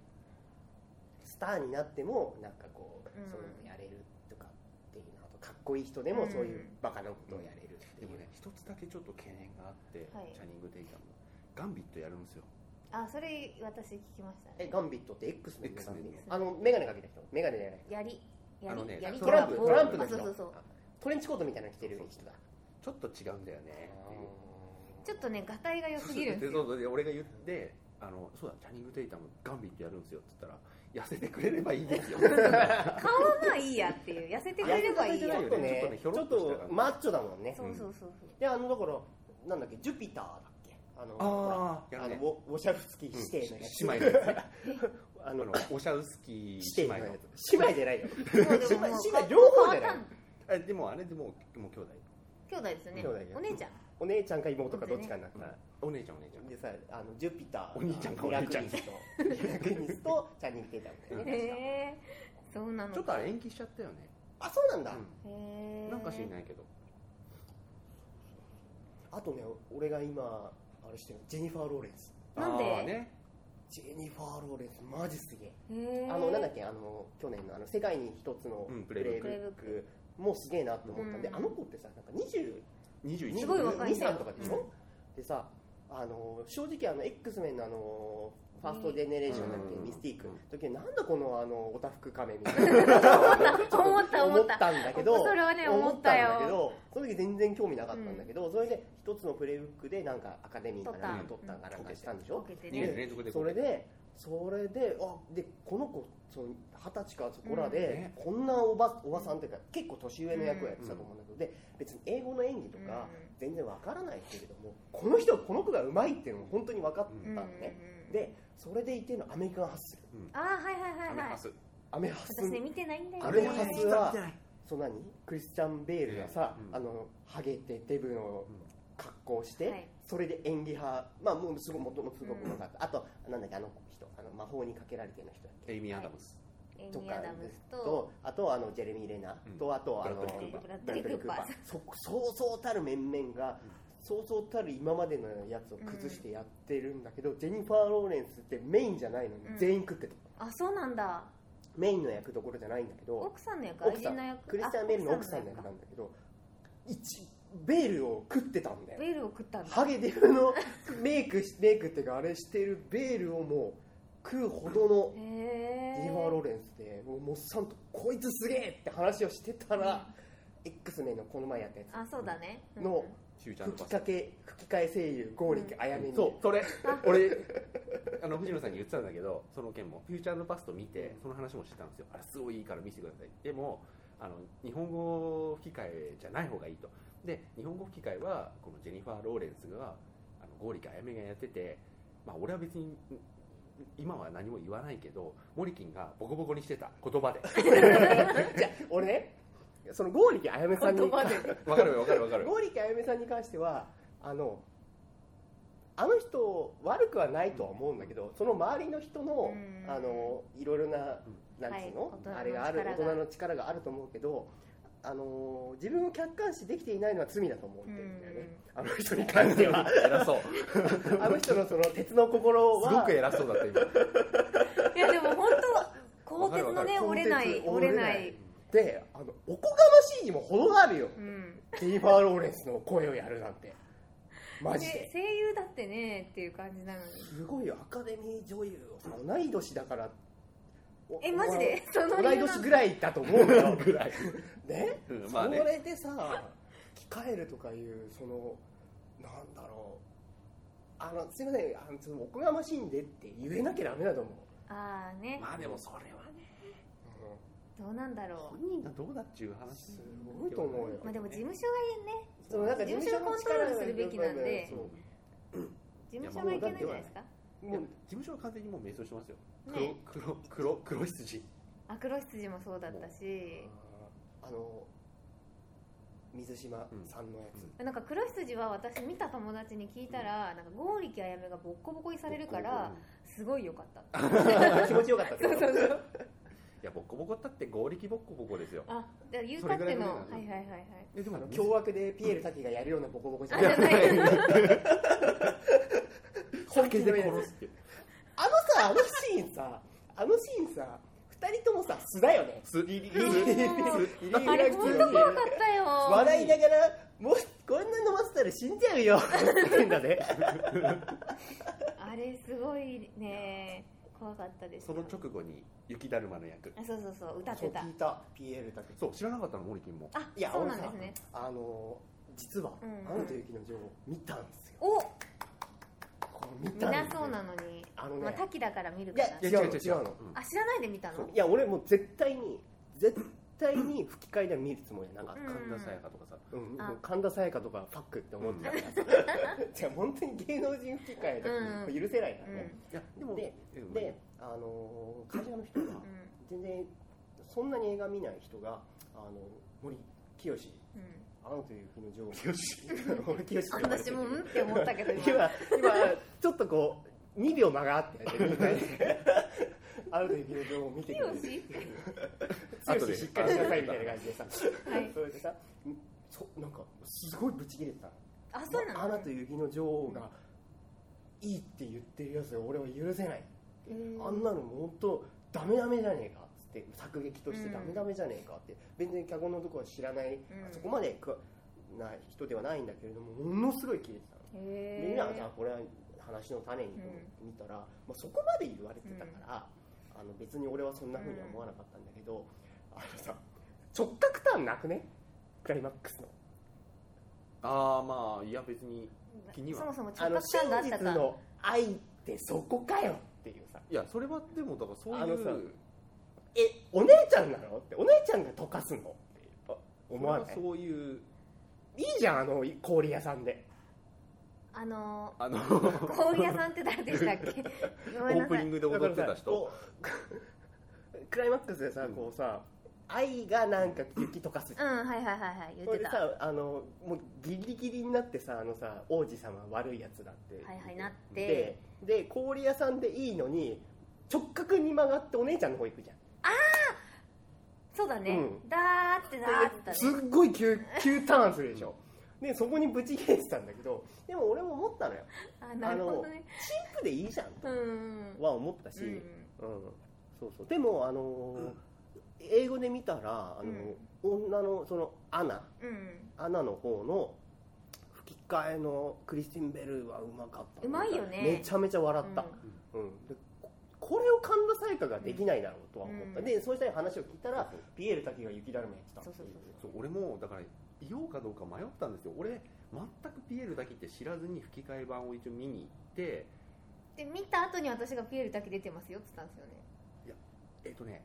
S3: スターになってもなんかこう、
S4: うん
S3: そういうのやれるとかっていうのあとかっこいい人でもそういうバカなことをやれるってい
S1: で
S3: う、
S1: もね一つだけちょっと懸念があって、
S4: はい
S1: チャニング・テイタムのガンビットやるんですよ
S4: あそれ私聞きました
S3: え
S4: ね
S3: ガンビットって X メンのガンビッ
S1: X メ
S3: トあの眼鏡かけた人眼鏡じゃない
S4: やりや
S1: あの
S4: り
S1: ね
S4: やり
S3: トランプ
S4: 棒
S3: トランプの
S4: あそ
S3: 人
S4: うそうそう
S3: トレンチコートみたいなの着てる人だ
S1: ちょっと違うんだよねっていう
S4: ちょっとねがたいが良すぎるんで
S1: です
S4: よ
S1: そうそうで俺が言ってあのそうだチャニング・テイタムガンビットやるんですよって言ったら痩せてくれればいい
S4: (laughs)
S1: ですよ (laughs)
S4: 顔はまあいいやっていう痩せてくれればいい
S3: ち
S4: や
S3: ょっとねちょっとマッチョだもんね
S4: そうそうそうそう
S3: であのだからなんだっけジュピターだっけあの
S1: あー
S3: ほら
S1: や
S3: あ
S1: る
S3: の
S1: ね
S3: ウォウォシャフスキー指定のやつ、
S1: 姉妹のや
S3: あ
S1: つ (laughs) あ
S3: の
S1: のオシャウスキ
S3: (laughs) 指
S1: ー
S3: 定
S1: 姉妹
S3: のや
S1: の
S3: つ姉妹じゃないよ
S4: もうでも
S3: 姉
S4: もう
S3: 妹姉妹両方じゃ
S4: 変
S3: な
S4: わ
S3: い
S1: えでもあれでもうもう兄弟、
S4: 兄弟ですよね
S3: 兄弟だよ
S4: お姉ちゃん
S3: お姉ちゃんか妹かどっちかになったら、
S1: お姉ちゃんお姉ちゃん
S3: でさあのジュピター
S1: お兄ちゃんか
S3: ミ
S1: お
S3: ラ
S1: 姉
S3: ク
S1: ちゃん
S3: リスとミラクリスとチャニングテータムだよね、確か
S4: へえそうなのか
S1: ちょっとあれ延期しちゃったよね、
S3: あそうなんだ、
S4: へ
S1: う
S4: え
S1: ん、なんか知んないけど
S3: あとね俺が今あれしてるジェニファー・ローレンス
S4: なんで
S1: あーね
S3: ジェニファー・ローレンスマジすげえ
S4: へえ
S3: あのなんだっけあの去年のあの世界に一つの
S1: うん
S3: プ
S1: プ
S3: レ
S1: レ
S3: イ
S1: イ
S3: ブ
S1: ブ
S3: ッ
S4: ック
S3: クもすげえなと思ったんで、
S4: うん
S3: あの子ってさなんか22
S1: 21
S4: すごい若いんだよ
S3: 23とかでしょ、でさあの正直あの X メンのあのファーストジェネレーションだっけ、
S1: うん
S3: ミスティーク
S1: うん
S3: 時になんだこのあのオタフク仮面みたいな
S4: 思った思った
S3: んだけど
S4: それはね思ったよ
S3: 思ったんだけどその時全然興味なかったんだけど、それで一つのプレイブックでなんかアカデミーかなんか
S1: 撮
S3: 取
S1: っ
S3: ったんかなんか
S1: うん
S3: したんでしょ、
S4: 受けて
S1: 2
S4: ね
S1: 年連続で
S3: それでそれであでこの子その二十歳かそこら
S1: うん
S3: で
S1: ね、
S3: こんなおばおばさんっていうか結構年上の役をやってたと思うんだけど、で別に英語の演技とか
S4: うん
S3: 全然わからないけれどもこの人この子がうまいっていうのも本当に分かった
S4: うんうん
S3: のね、でそれでいてのアメリカンハッスル
S4: ああはいはいはい
S1: アメ
S4: はい
S1: ハス
S3: アメハス
S4: 私ね見てないんだよ
S3: ア
S4: ね
S3: メハスは
S1: ない
S3: その何クリスチャン・ベールがさ、
S1: うん
S3: あのハゲてデブの格好をして、
S4: はい
S3: それで演技派まあもうすごいもともとすごくうまかった、あとなんだっけあの人あの魔法にかけられてる人だっけ
S1: エイミー・アダムス、
S4: エイ
S3: と
S4: ミー・
S3: か
S4: アダムスと
S3: とあとあのジェレミー・レナ
S1: うん
S3: と、あとあの
S1: ブラッドリークーパー
S3: ブラッドリークーパ
S4: ブラ
S3: ー
S4: ッドリ
S3: そそうそうたる面々が
S1: うん
S3: そうそうたる今までのやつを崩してやってるんだけど、ジェニファー・ローレンスってメインじゃないのに
S4: うん
S3: 全員食ってた、
S4: あそうなんだ
S3: メインの役どころじゃないんだけど
S4: 奥さんの役
S3: 奥
S4: 愛
S3: さ
S4: 人
S3: ん
S4: の役
S3: クリスチャン・ベールの奥さんの役なんだけど一ベールを食ってたんだよ
S4: ベールを食ったんだ
S3: ハゲデブのメイクしメイクっていうかあれしてるベールをもう食うほどの
S4: へ
S3: ジェ
S4: え
S3: ニファー・ローレンスでもうモッサンとこいつすげえって話をしてたら、X メンのこの前やったや
S4: あそうだね
S3: つの
S1: フューチャーの
S3: 吹
S1: パ
S3: き
S1: ス
S3: かけ吹き替え声優剛力あやめに、
S1: そうそ
S3: (laughs)
S1: れ俺あの藤野さんに言ってたんだけどその件も「フューチャーパスト」見てその話もしてたんですよあれすごいいいから見せてくださいでもあの日本語吹き替えじゃない方がいいとで日本語吹き替えはこのジェニファー・ローレンスがあの剛力あやめがやっててまあ俺は別に今は何も言わないけどモリキンがボコボコにしてた言
S3: (laughs)
S1: 葉で
S3: じゃあ俺ねその剛力あやめさんに
S4: 言葉 (laughs)
S3: 剛
S4: で
S1: わかるわかるわかる
S3: 力あやめさんに関してはあのあの人悪くはないとは思うんだけど、その周りの人の,、
S4: うん
S3: あのいろいろな、なんつうの、
S4: はい
S3: あれがある
S4: 大
S3: 大
S4: 人
S3: 人
S4: の
S3: の力があると思うけどあのー自分を客観視できていないのは罪だと思ってるんだよね、あの人に関 (laughs) しては
S1: 偉そう
S3: あの人のその鉄の心は
S1: すごく偉そうだった今
S4: いやでも本当鋼鉄のね
S3: わかるわかる
S4: 折れない
S3: 鋼鉄
S4: 折
S3: 折
S4: れ
S3: れ
S4: な
S3: ない
S4: い、
S3: であのおこがましいにも程が
S4: (laughs)
S3: あるよ
S4: うん、
S3: ジェニファー・ローレンスの声をやるなんてマジ
S4: で
S3: で
S4: 声優だってねっていう感じなのに
S3: すごいよアカデミー女優をさ同い年だからお
S4: えマジでその
S3: 同い
S4: 理由な
S3: 年
S4: の
S3: ぐらいだと思う
S4: (laughs)
S3: よ
S1: ぐらい
S3: ね
S1: うんまあ
S3: そ
S1: ね
S3: れでさ着替えるとかいうそのなんだろうあのすいませんあのちょっとおこがましいんでって言えなきゃダメだと思う、
S4: ああね
S1: まあでもそれはね
S4: どうなんだろ
S1: 本人がどうだっちゅう話
S3: すごいと思うよ
S4: うまあでも事務所がね
S3: そのなんか事務所の力が
S4: 事務所をコントロールするべきなんで
S3: そう
S4: 事務所がいけないんじゃないですか
S1: もう
S3: も
S1: 事務所は完全にもう迷走してますよ
S4: ね
S1: 黒黒黒黒羊
S4: アクロ羊もそうだったし
S3: あの水島さんのやつ、
S4: なんか黒羊は私見た友達に聞いたらなんか剛力あやめがボッコボコにされるからすごい良かったって
S3: 気持ちよかったけど
S4: (laughs) そうそう
S1: いやボッコボコったって合力ボッコボコですよ
S4: あじゃあ言うたってのは
S1: そ
S4: いは
S1: れ
S4: い
S1: ぐ
S4: はい
S1: ら
S4: はい
S1: えで
S3: あ
S1: も
S3: の凶悪でピエール滝がやるようなボコボコじゃ
S4: あじ
S3: ない
S4: ゃない
S1: 酒で殺すっていう
S3: あのさあのシーンさあのシーンさ2人ともさ素だよね
S1: すいり
S4: もうあれ本当怖かったよ
S3: 笑いながらもしこんな飲ませたら死んじゃ
S4: (laughs)
S3: うよって言うんだね
S4: あれすごいね怖かったです
S1: そ
S4: よ
S1: の直後に雪だるまの役
S4: あそうそうそう歌っ
S3: そ
S4: て
S3: う
S4: た
S3: 聞いたピエール滝
S1: そう知らなかったの森君も
S4: あ
S3: いや
S4: そうなんですね
S3: 俺さあの実は
S4: うん
S3: 「アナと雪の女王」見たんですよ
S4: お
S3: これ見
S4: 見
S3: たんです
S4: な
S3: よ
S4: そうなのに
S3: あのね
S4: まあ滝だから見るから
S3: いや違う違う
S1: うん
S4: あ知らないで見た
S3: そう
S4: の
S3: いや俺もう絶対に絶対に吹き替えでは見るつもりはなかっ
S4: うん
S1: 神田沙也加とかさ
S3: た、うん
S4: あ
S3: もう神田沙也加とかパックって思ってたからさ、
S4: (laughs)
S3: じゃあ本当に芸能人吹き替えだと許せないか
S4: う
S3: ら
S4: ん
S3: ね、
S1: いやでも
S3: で
S1: うん
S3: で、あのー会社の人が
S4: う
S3: 全然そんなに映画見ない人があの森清
S4: ん
S3: アナと雪の女王俺清
S4: うん私もうんって思ったけど
S3: 今
S4: 今
S3: 今ちょっとこう2秒間があってアナと雪の女王を見てくれ
S4: よ
S3: る
S4: し
S1: 後で
S3: しっかりしなさいみたいな感じでさ、
S4: はい
S3: それでさそなんかすごいブチ切れてた
S4: あそうなの
S3: アナと雪の女王がいいって言ってるやつが俺は許せない、あんなのもう本当ダメダメじゃねえかっつって作劇としてダメダメじゃねえかって、全然脚本のとこは知らない、
S4: ん
S3: そこまでくな人ではないんだけれどもものすごい切れてたのみん
S4: へ
S3: なじゃあ
S4: ー
S3: これは話の種にと思って見たら、まあ、そこまで言われてたから、あの別に俺はそんなふうには思わなかったんだけど、あのさ直角ターンなくねクライマックスの
S1: ああまあいや別に気には
S4: そもそも
S3: あ
S4: 直
S3: の
S4: 角
S3: 真
S4: 感があった
S3: 実
S4: か
S3: の愛ってそこかよっていうさ
S1: いやそれはでもだからそう
S3: あ
S1: い
S3: のさ
S1: う
S3: えお姉ちゃんなのってお姉ちゃんが溶かすのって思わ
S1: そ
S3: な
S1: れ
S3: い
S1: はそういう
S3: いいじゃんあの氷屋さんで
S4: あの
S1: あの
S4: 氷屋さんって誰でしたっけご
S1: オ
S4: めんな
S1: ープ
S4: さ
S1: ニン
S4: い
S1: グで踊ってた人
S3: こう (laughs) クライマックスでさこうさ愛がなんか雪溶かすじゃん
S4: うんはいはいはいはい言
S3: そ
S4: って
S3: れで
S4: た
S3: さあのもうギリギリになってさあのさ王子様は悪いやつだって、
S4: はいはいなって
S3: でで氷屋さんでいいのに直角に曲がってお姉ちゃんの方行くじゃん、
S4: そうだね
S3: うん
S4: だーってだーって
S3: すっごい急急ターンするでしょでそこにブチ切れてたんだけどでも俺も思ったのよ
S4: あなるほどね
S3: シンプでいいじゃん
S4: うんうん
S3: は思ったし、
S4: う
S3: うんんそうそうでもあのー英語で見たらあの、女のそのアナ
S4: うん
S3: アナの方の吹き替えのクリスティン・ベルはうまかった
S4: うまいよね
S3: めちゃめちゃ笑った、
S4: う
S3: うんでここれを神田沙也加ができないだろうとは思った、
S4: うん
S3: でそうした話を聞いたらピエール滝が雪だるまやってた
S4: そうそう
S1: そ
S4: そう
S1: う俺もだから言おうかどうか迷ったんですよ俺全くピエールだけって知らずに吹き替え版を一応見に行って
S4: で見た後に私がピエールだけ出てますよって言ったんですよね
S1: えっとね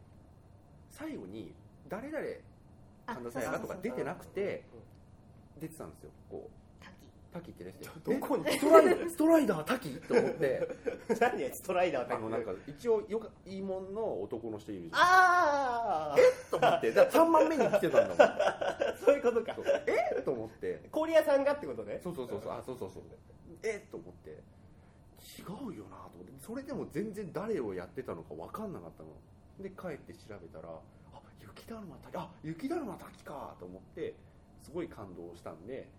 S1: 最後に誰々
S4: あ
S1: 神田沙也加とか出てなくて出てたんですよこう
S4: 滝
S1: 滝って出て
S3: どこに
S1: えストライストライダー滝と思って
S3: (laughs) 何やストライダー
S1: あのなんか一応よかいいもんの男の人いるじゃん
S3: あ
S1: と思ってだから3番目に来てたんだもん
S3: あそういうこと
S1: (laughs)
S3: か
S1: そうえっと思って
S3: 氷屋さんがってことね
S1: そうそうそうそうあそうそうそうえっと思って違うよなと思ってそれでも全然誰をやってたのか分かんなかったので帰って調べたらあ雪滝だるま滝あ雪だるま滝かと思ってすごい感動したんで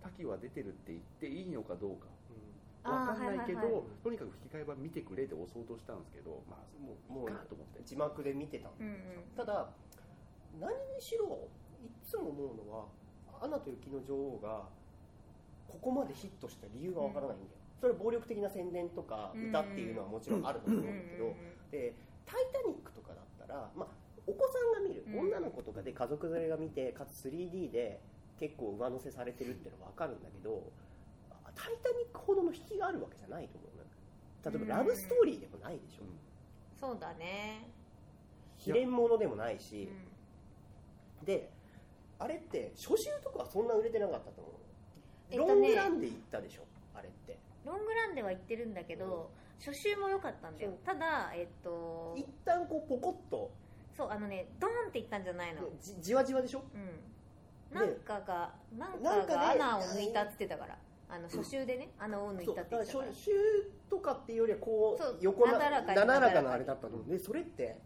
S1: 滝は出てるって言っていいのかどうか
S4: あー
S1: わかんないけど、
S4: はいはい
S3: はい
S1: とにかく吹き替え版見てくれって押そうとしたんですけどまあ
S3: もう
S1: もう
S3: もう
S1: いいかと思って
S3: 字幕で見てたの
S2: うんうん
S3: ただ何にしろいつも思うのは「アナと雪の女王」がここまでヒットした理由がわからないんだよ、それは暴力的な宣伝とか
S4: うん
S3: 歌っていうのはもちろんあると思うんだけど、で「タイタニック」とかだったら、まあ、お子さんが見る、
S4: うん
S3: 女の子とかで家族連れが見てかつ 3D で結構上乗せされてるっていうのはわかるんだけど「タイタニック」ほどの引きがあるわけじゃないと思うのよ例えばラブストーリーでもないでしょ、
S1: うん
S4: そうだね
S3: 秘伝ものでもないうし、
S4: ん
S3: であれって初週とかはそんな売れてなかったと思う
S4: えっ
S3: の、
S4: とね
S3: ロングランで行ったでしょあれって
S4: ロングランでは行ってるんだけど、初週も良かったんだよ
S3: そう
S4: ただえっと
S3: 一旦こうポコッと
S4: そうあのねドーンって行ったんじゃないの
S3: じじわじわでしょ
S4: うん
S3: ね
S4: なんかがなん
S3: なん
S4: か
S3: かね
S4: が穴を抜いたっつってたからあの初週でね穴を抜
S3: そ
S4: いうた
S3: だ
S4: って
S3: か
S4: 言
S3: ら
S4: ってた
S3: 初
S4: から
S3: 週とかっていうよりはこ
S4: そう
S3: う横な
S4: なだらかに
S3: なだ
S4: なだ
S3: ら
S4: らか
S3: か
S4: に
S3: なあれだったと思うでそれって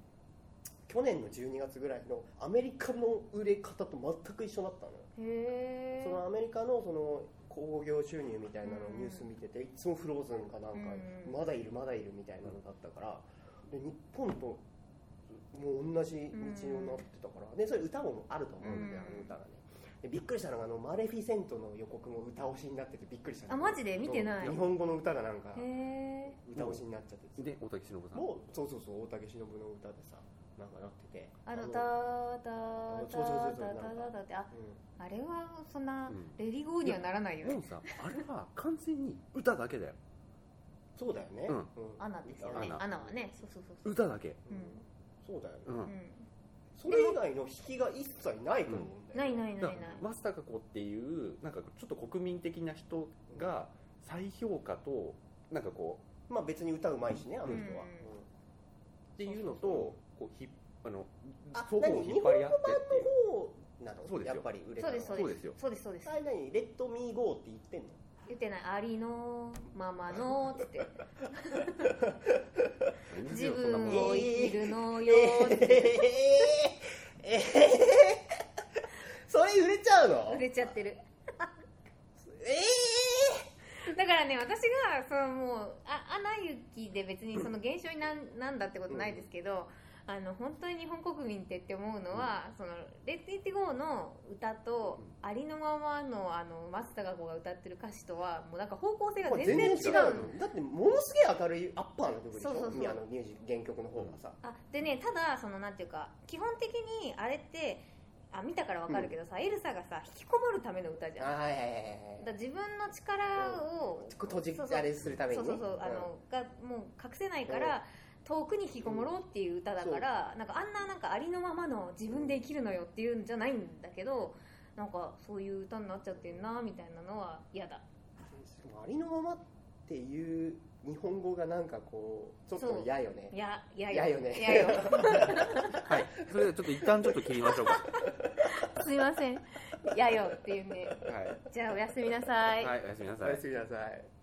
S3: 去年の12月ぐらいのアメリカの売れ方と全く一緒だったのよ
S4: へ
S3: そのアメリカのその興行収入みたいなのをニュース見てていつもフローズンかなんか
S4: うん
S3: まだいるまだいるみたいなのだったからで日本ともう同じ道になってたからでそれ歌もあると思うんだよ
S4: うん
S3: あの歌がねでびっくりしたのがあのマレフィセントの予告も歌押しになっててびっくりした
S4: あマジで見てない
S3: 日本語の歌がなんか
S4: へえ
S3: 歌押しになっちゃって
S1: で大竹しのぶさん
S3: もうそうそうそう大竹しのぶの歌でさなんかなってて
S4: あの「
S3: の
S4: タタタ
S3: そうそうそうそう
S4: タタタタ」ってあ
S3: うん
S4: あれはそんな
S1: うん
S4: レディーゴーにはならないよ
S1: も
S4: ね
S1: うさあれは完全に歌だけだよ
S3: そうだよね
S1: うん
S4: アナですよ
S1: ア
S4: ね
S1: ナ
S4: アナはねそうそうそうそう
S1: 歌だけ
S3: うん
S4: うん
S3: そうだよね
S1: うん、
S4: うん
S3: それ以外の引きが一切ないと思うんだ
S4: な
S3: よ、
S4: いない
S1: だ
S4: な
S1: か
S4: いな
S1: ら
S4: い
S1: 松たか子っていうなんかちょっと国民的な人が再評価となんかこう
S3: まあ別に歌うまいしねあの人は、
S1: っていうのと
S3: そうそう
S1: こうひあの
S3: あ
S1: 双方を引っ張り合ってっていう
S3: うんなの
S1: そうですよ
S3: やっぱり売れた
S4: そう
S3: の
S4: で
S3: は
S4: すそうです
S1: そうですよ
S4: そうですそうです
S3: あれ何レッドミーゴーって言ってんの
S4: 言ってない「ありのままの」っつって「自分を生きるのよ」っ
S3: え
S4: て
S3: ええそれ売れちゃうの
S4: 売れちゃってる
S3: え
S4: だからね私がそのもう「あアナ雪」で別にその現象になんなんだってことないですけど、あの本当に日本国民ってって思うのは「そのレッド・イッテ・ゴー」の歌と「ありのままの」あの松たか子が歌ってる歌詞とはもうなんか方向性
S3: え
S4: が全然違う
S1: 全然違う
S3: だってものすげえ明るいアッパーな曲でし
S4: そ
S3: ょ
S4: うそうそう
S3: あのミュージック原曲の方がさ、
S4: あでねただそのなんていうか基本的にあれってあ見たからわかるけどさ、エルサがさ引きこもるための歌じゃん
S3: ああいやいやいやい
S4: だから自分の力を
S3: や閉じ
S4: そうそう
S3: あれするために
S4: そ
S3: ね
S4: うそうそうあの、がもう隠せないから、遠くに引きこもろうっていう歌だから、なんかあんななんかありのままの自分で生きるのよっていうんじゃないんだけどなんかそういう歌になっちゃってんなみたいなのは嫌だ
S3: ありのままっていう日本語がなんかこうちょっと嫌よね
S4: いやいや
S3: 嫌よね
S4: 嫌よ
S1: はいそれではちょっと一旦ちょっと切りましょうか
S4: すいません嫌よっていうね
S1: はい、
S4: じゃあおやすみなさい
S1: はい、おやすみな
S3: お
S1: さい
S3: やすみなさい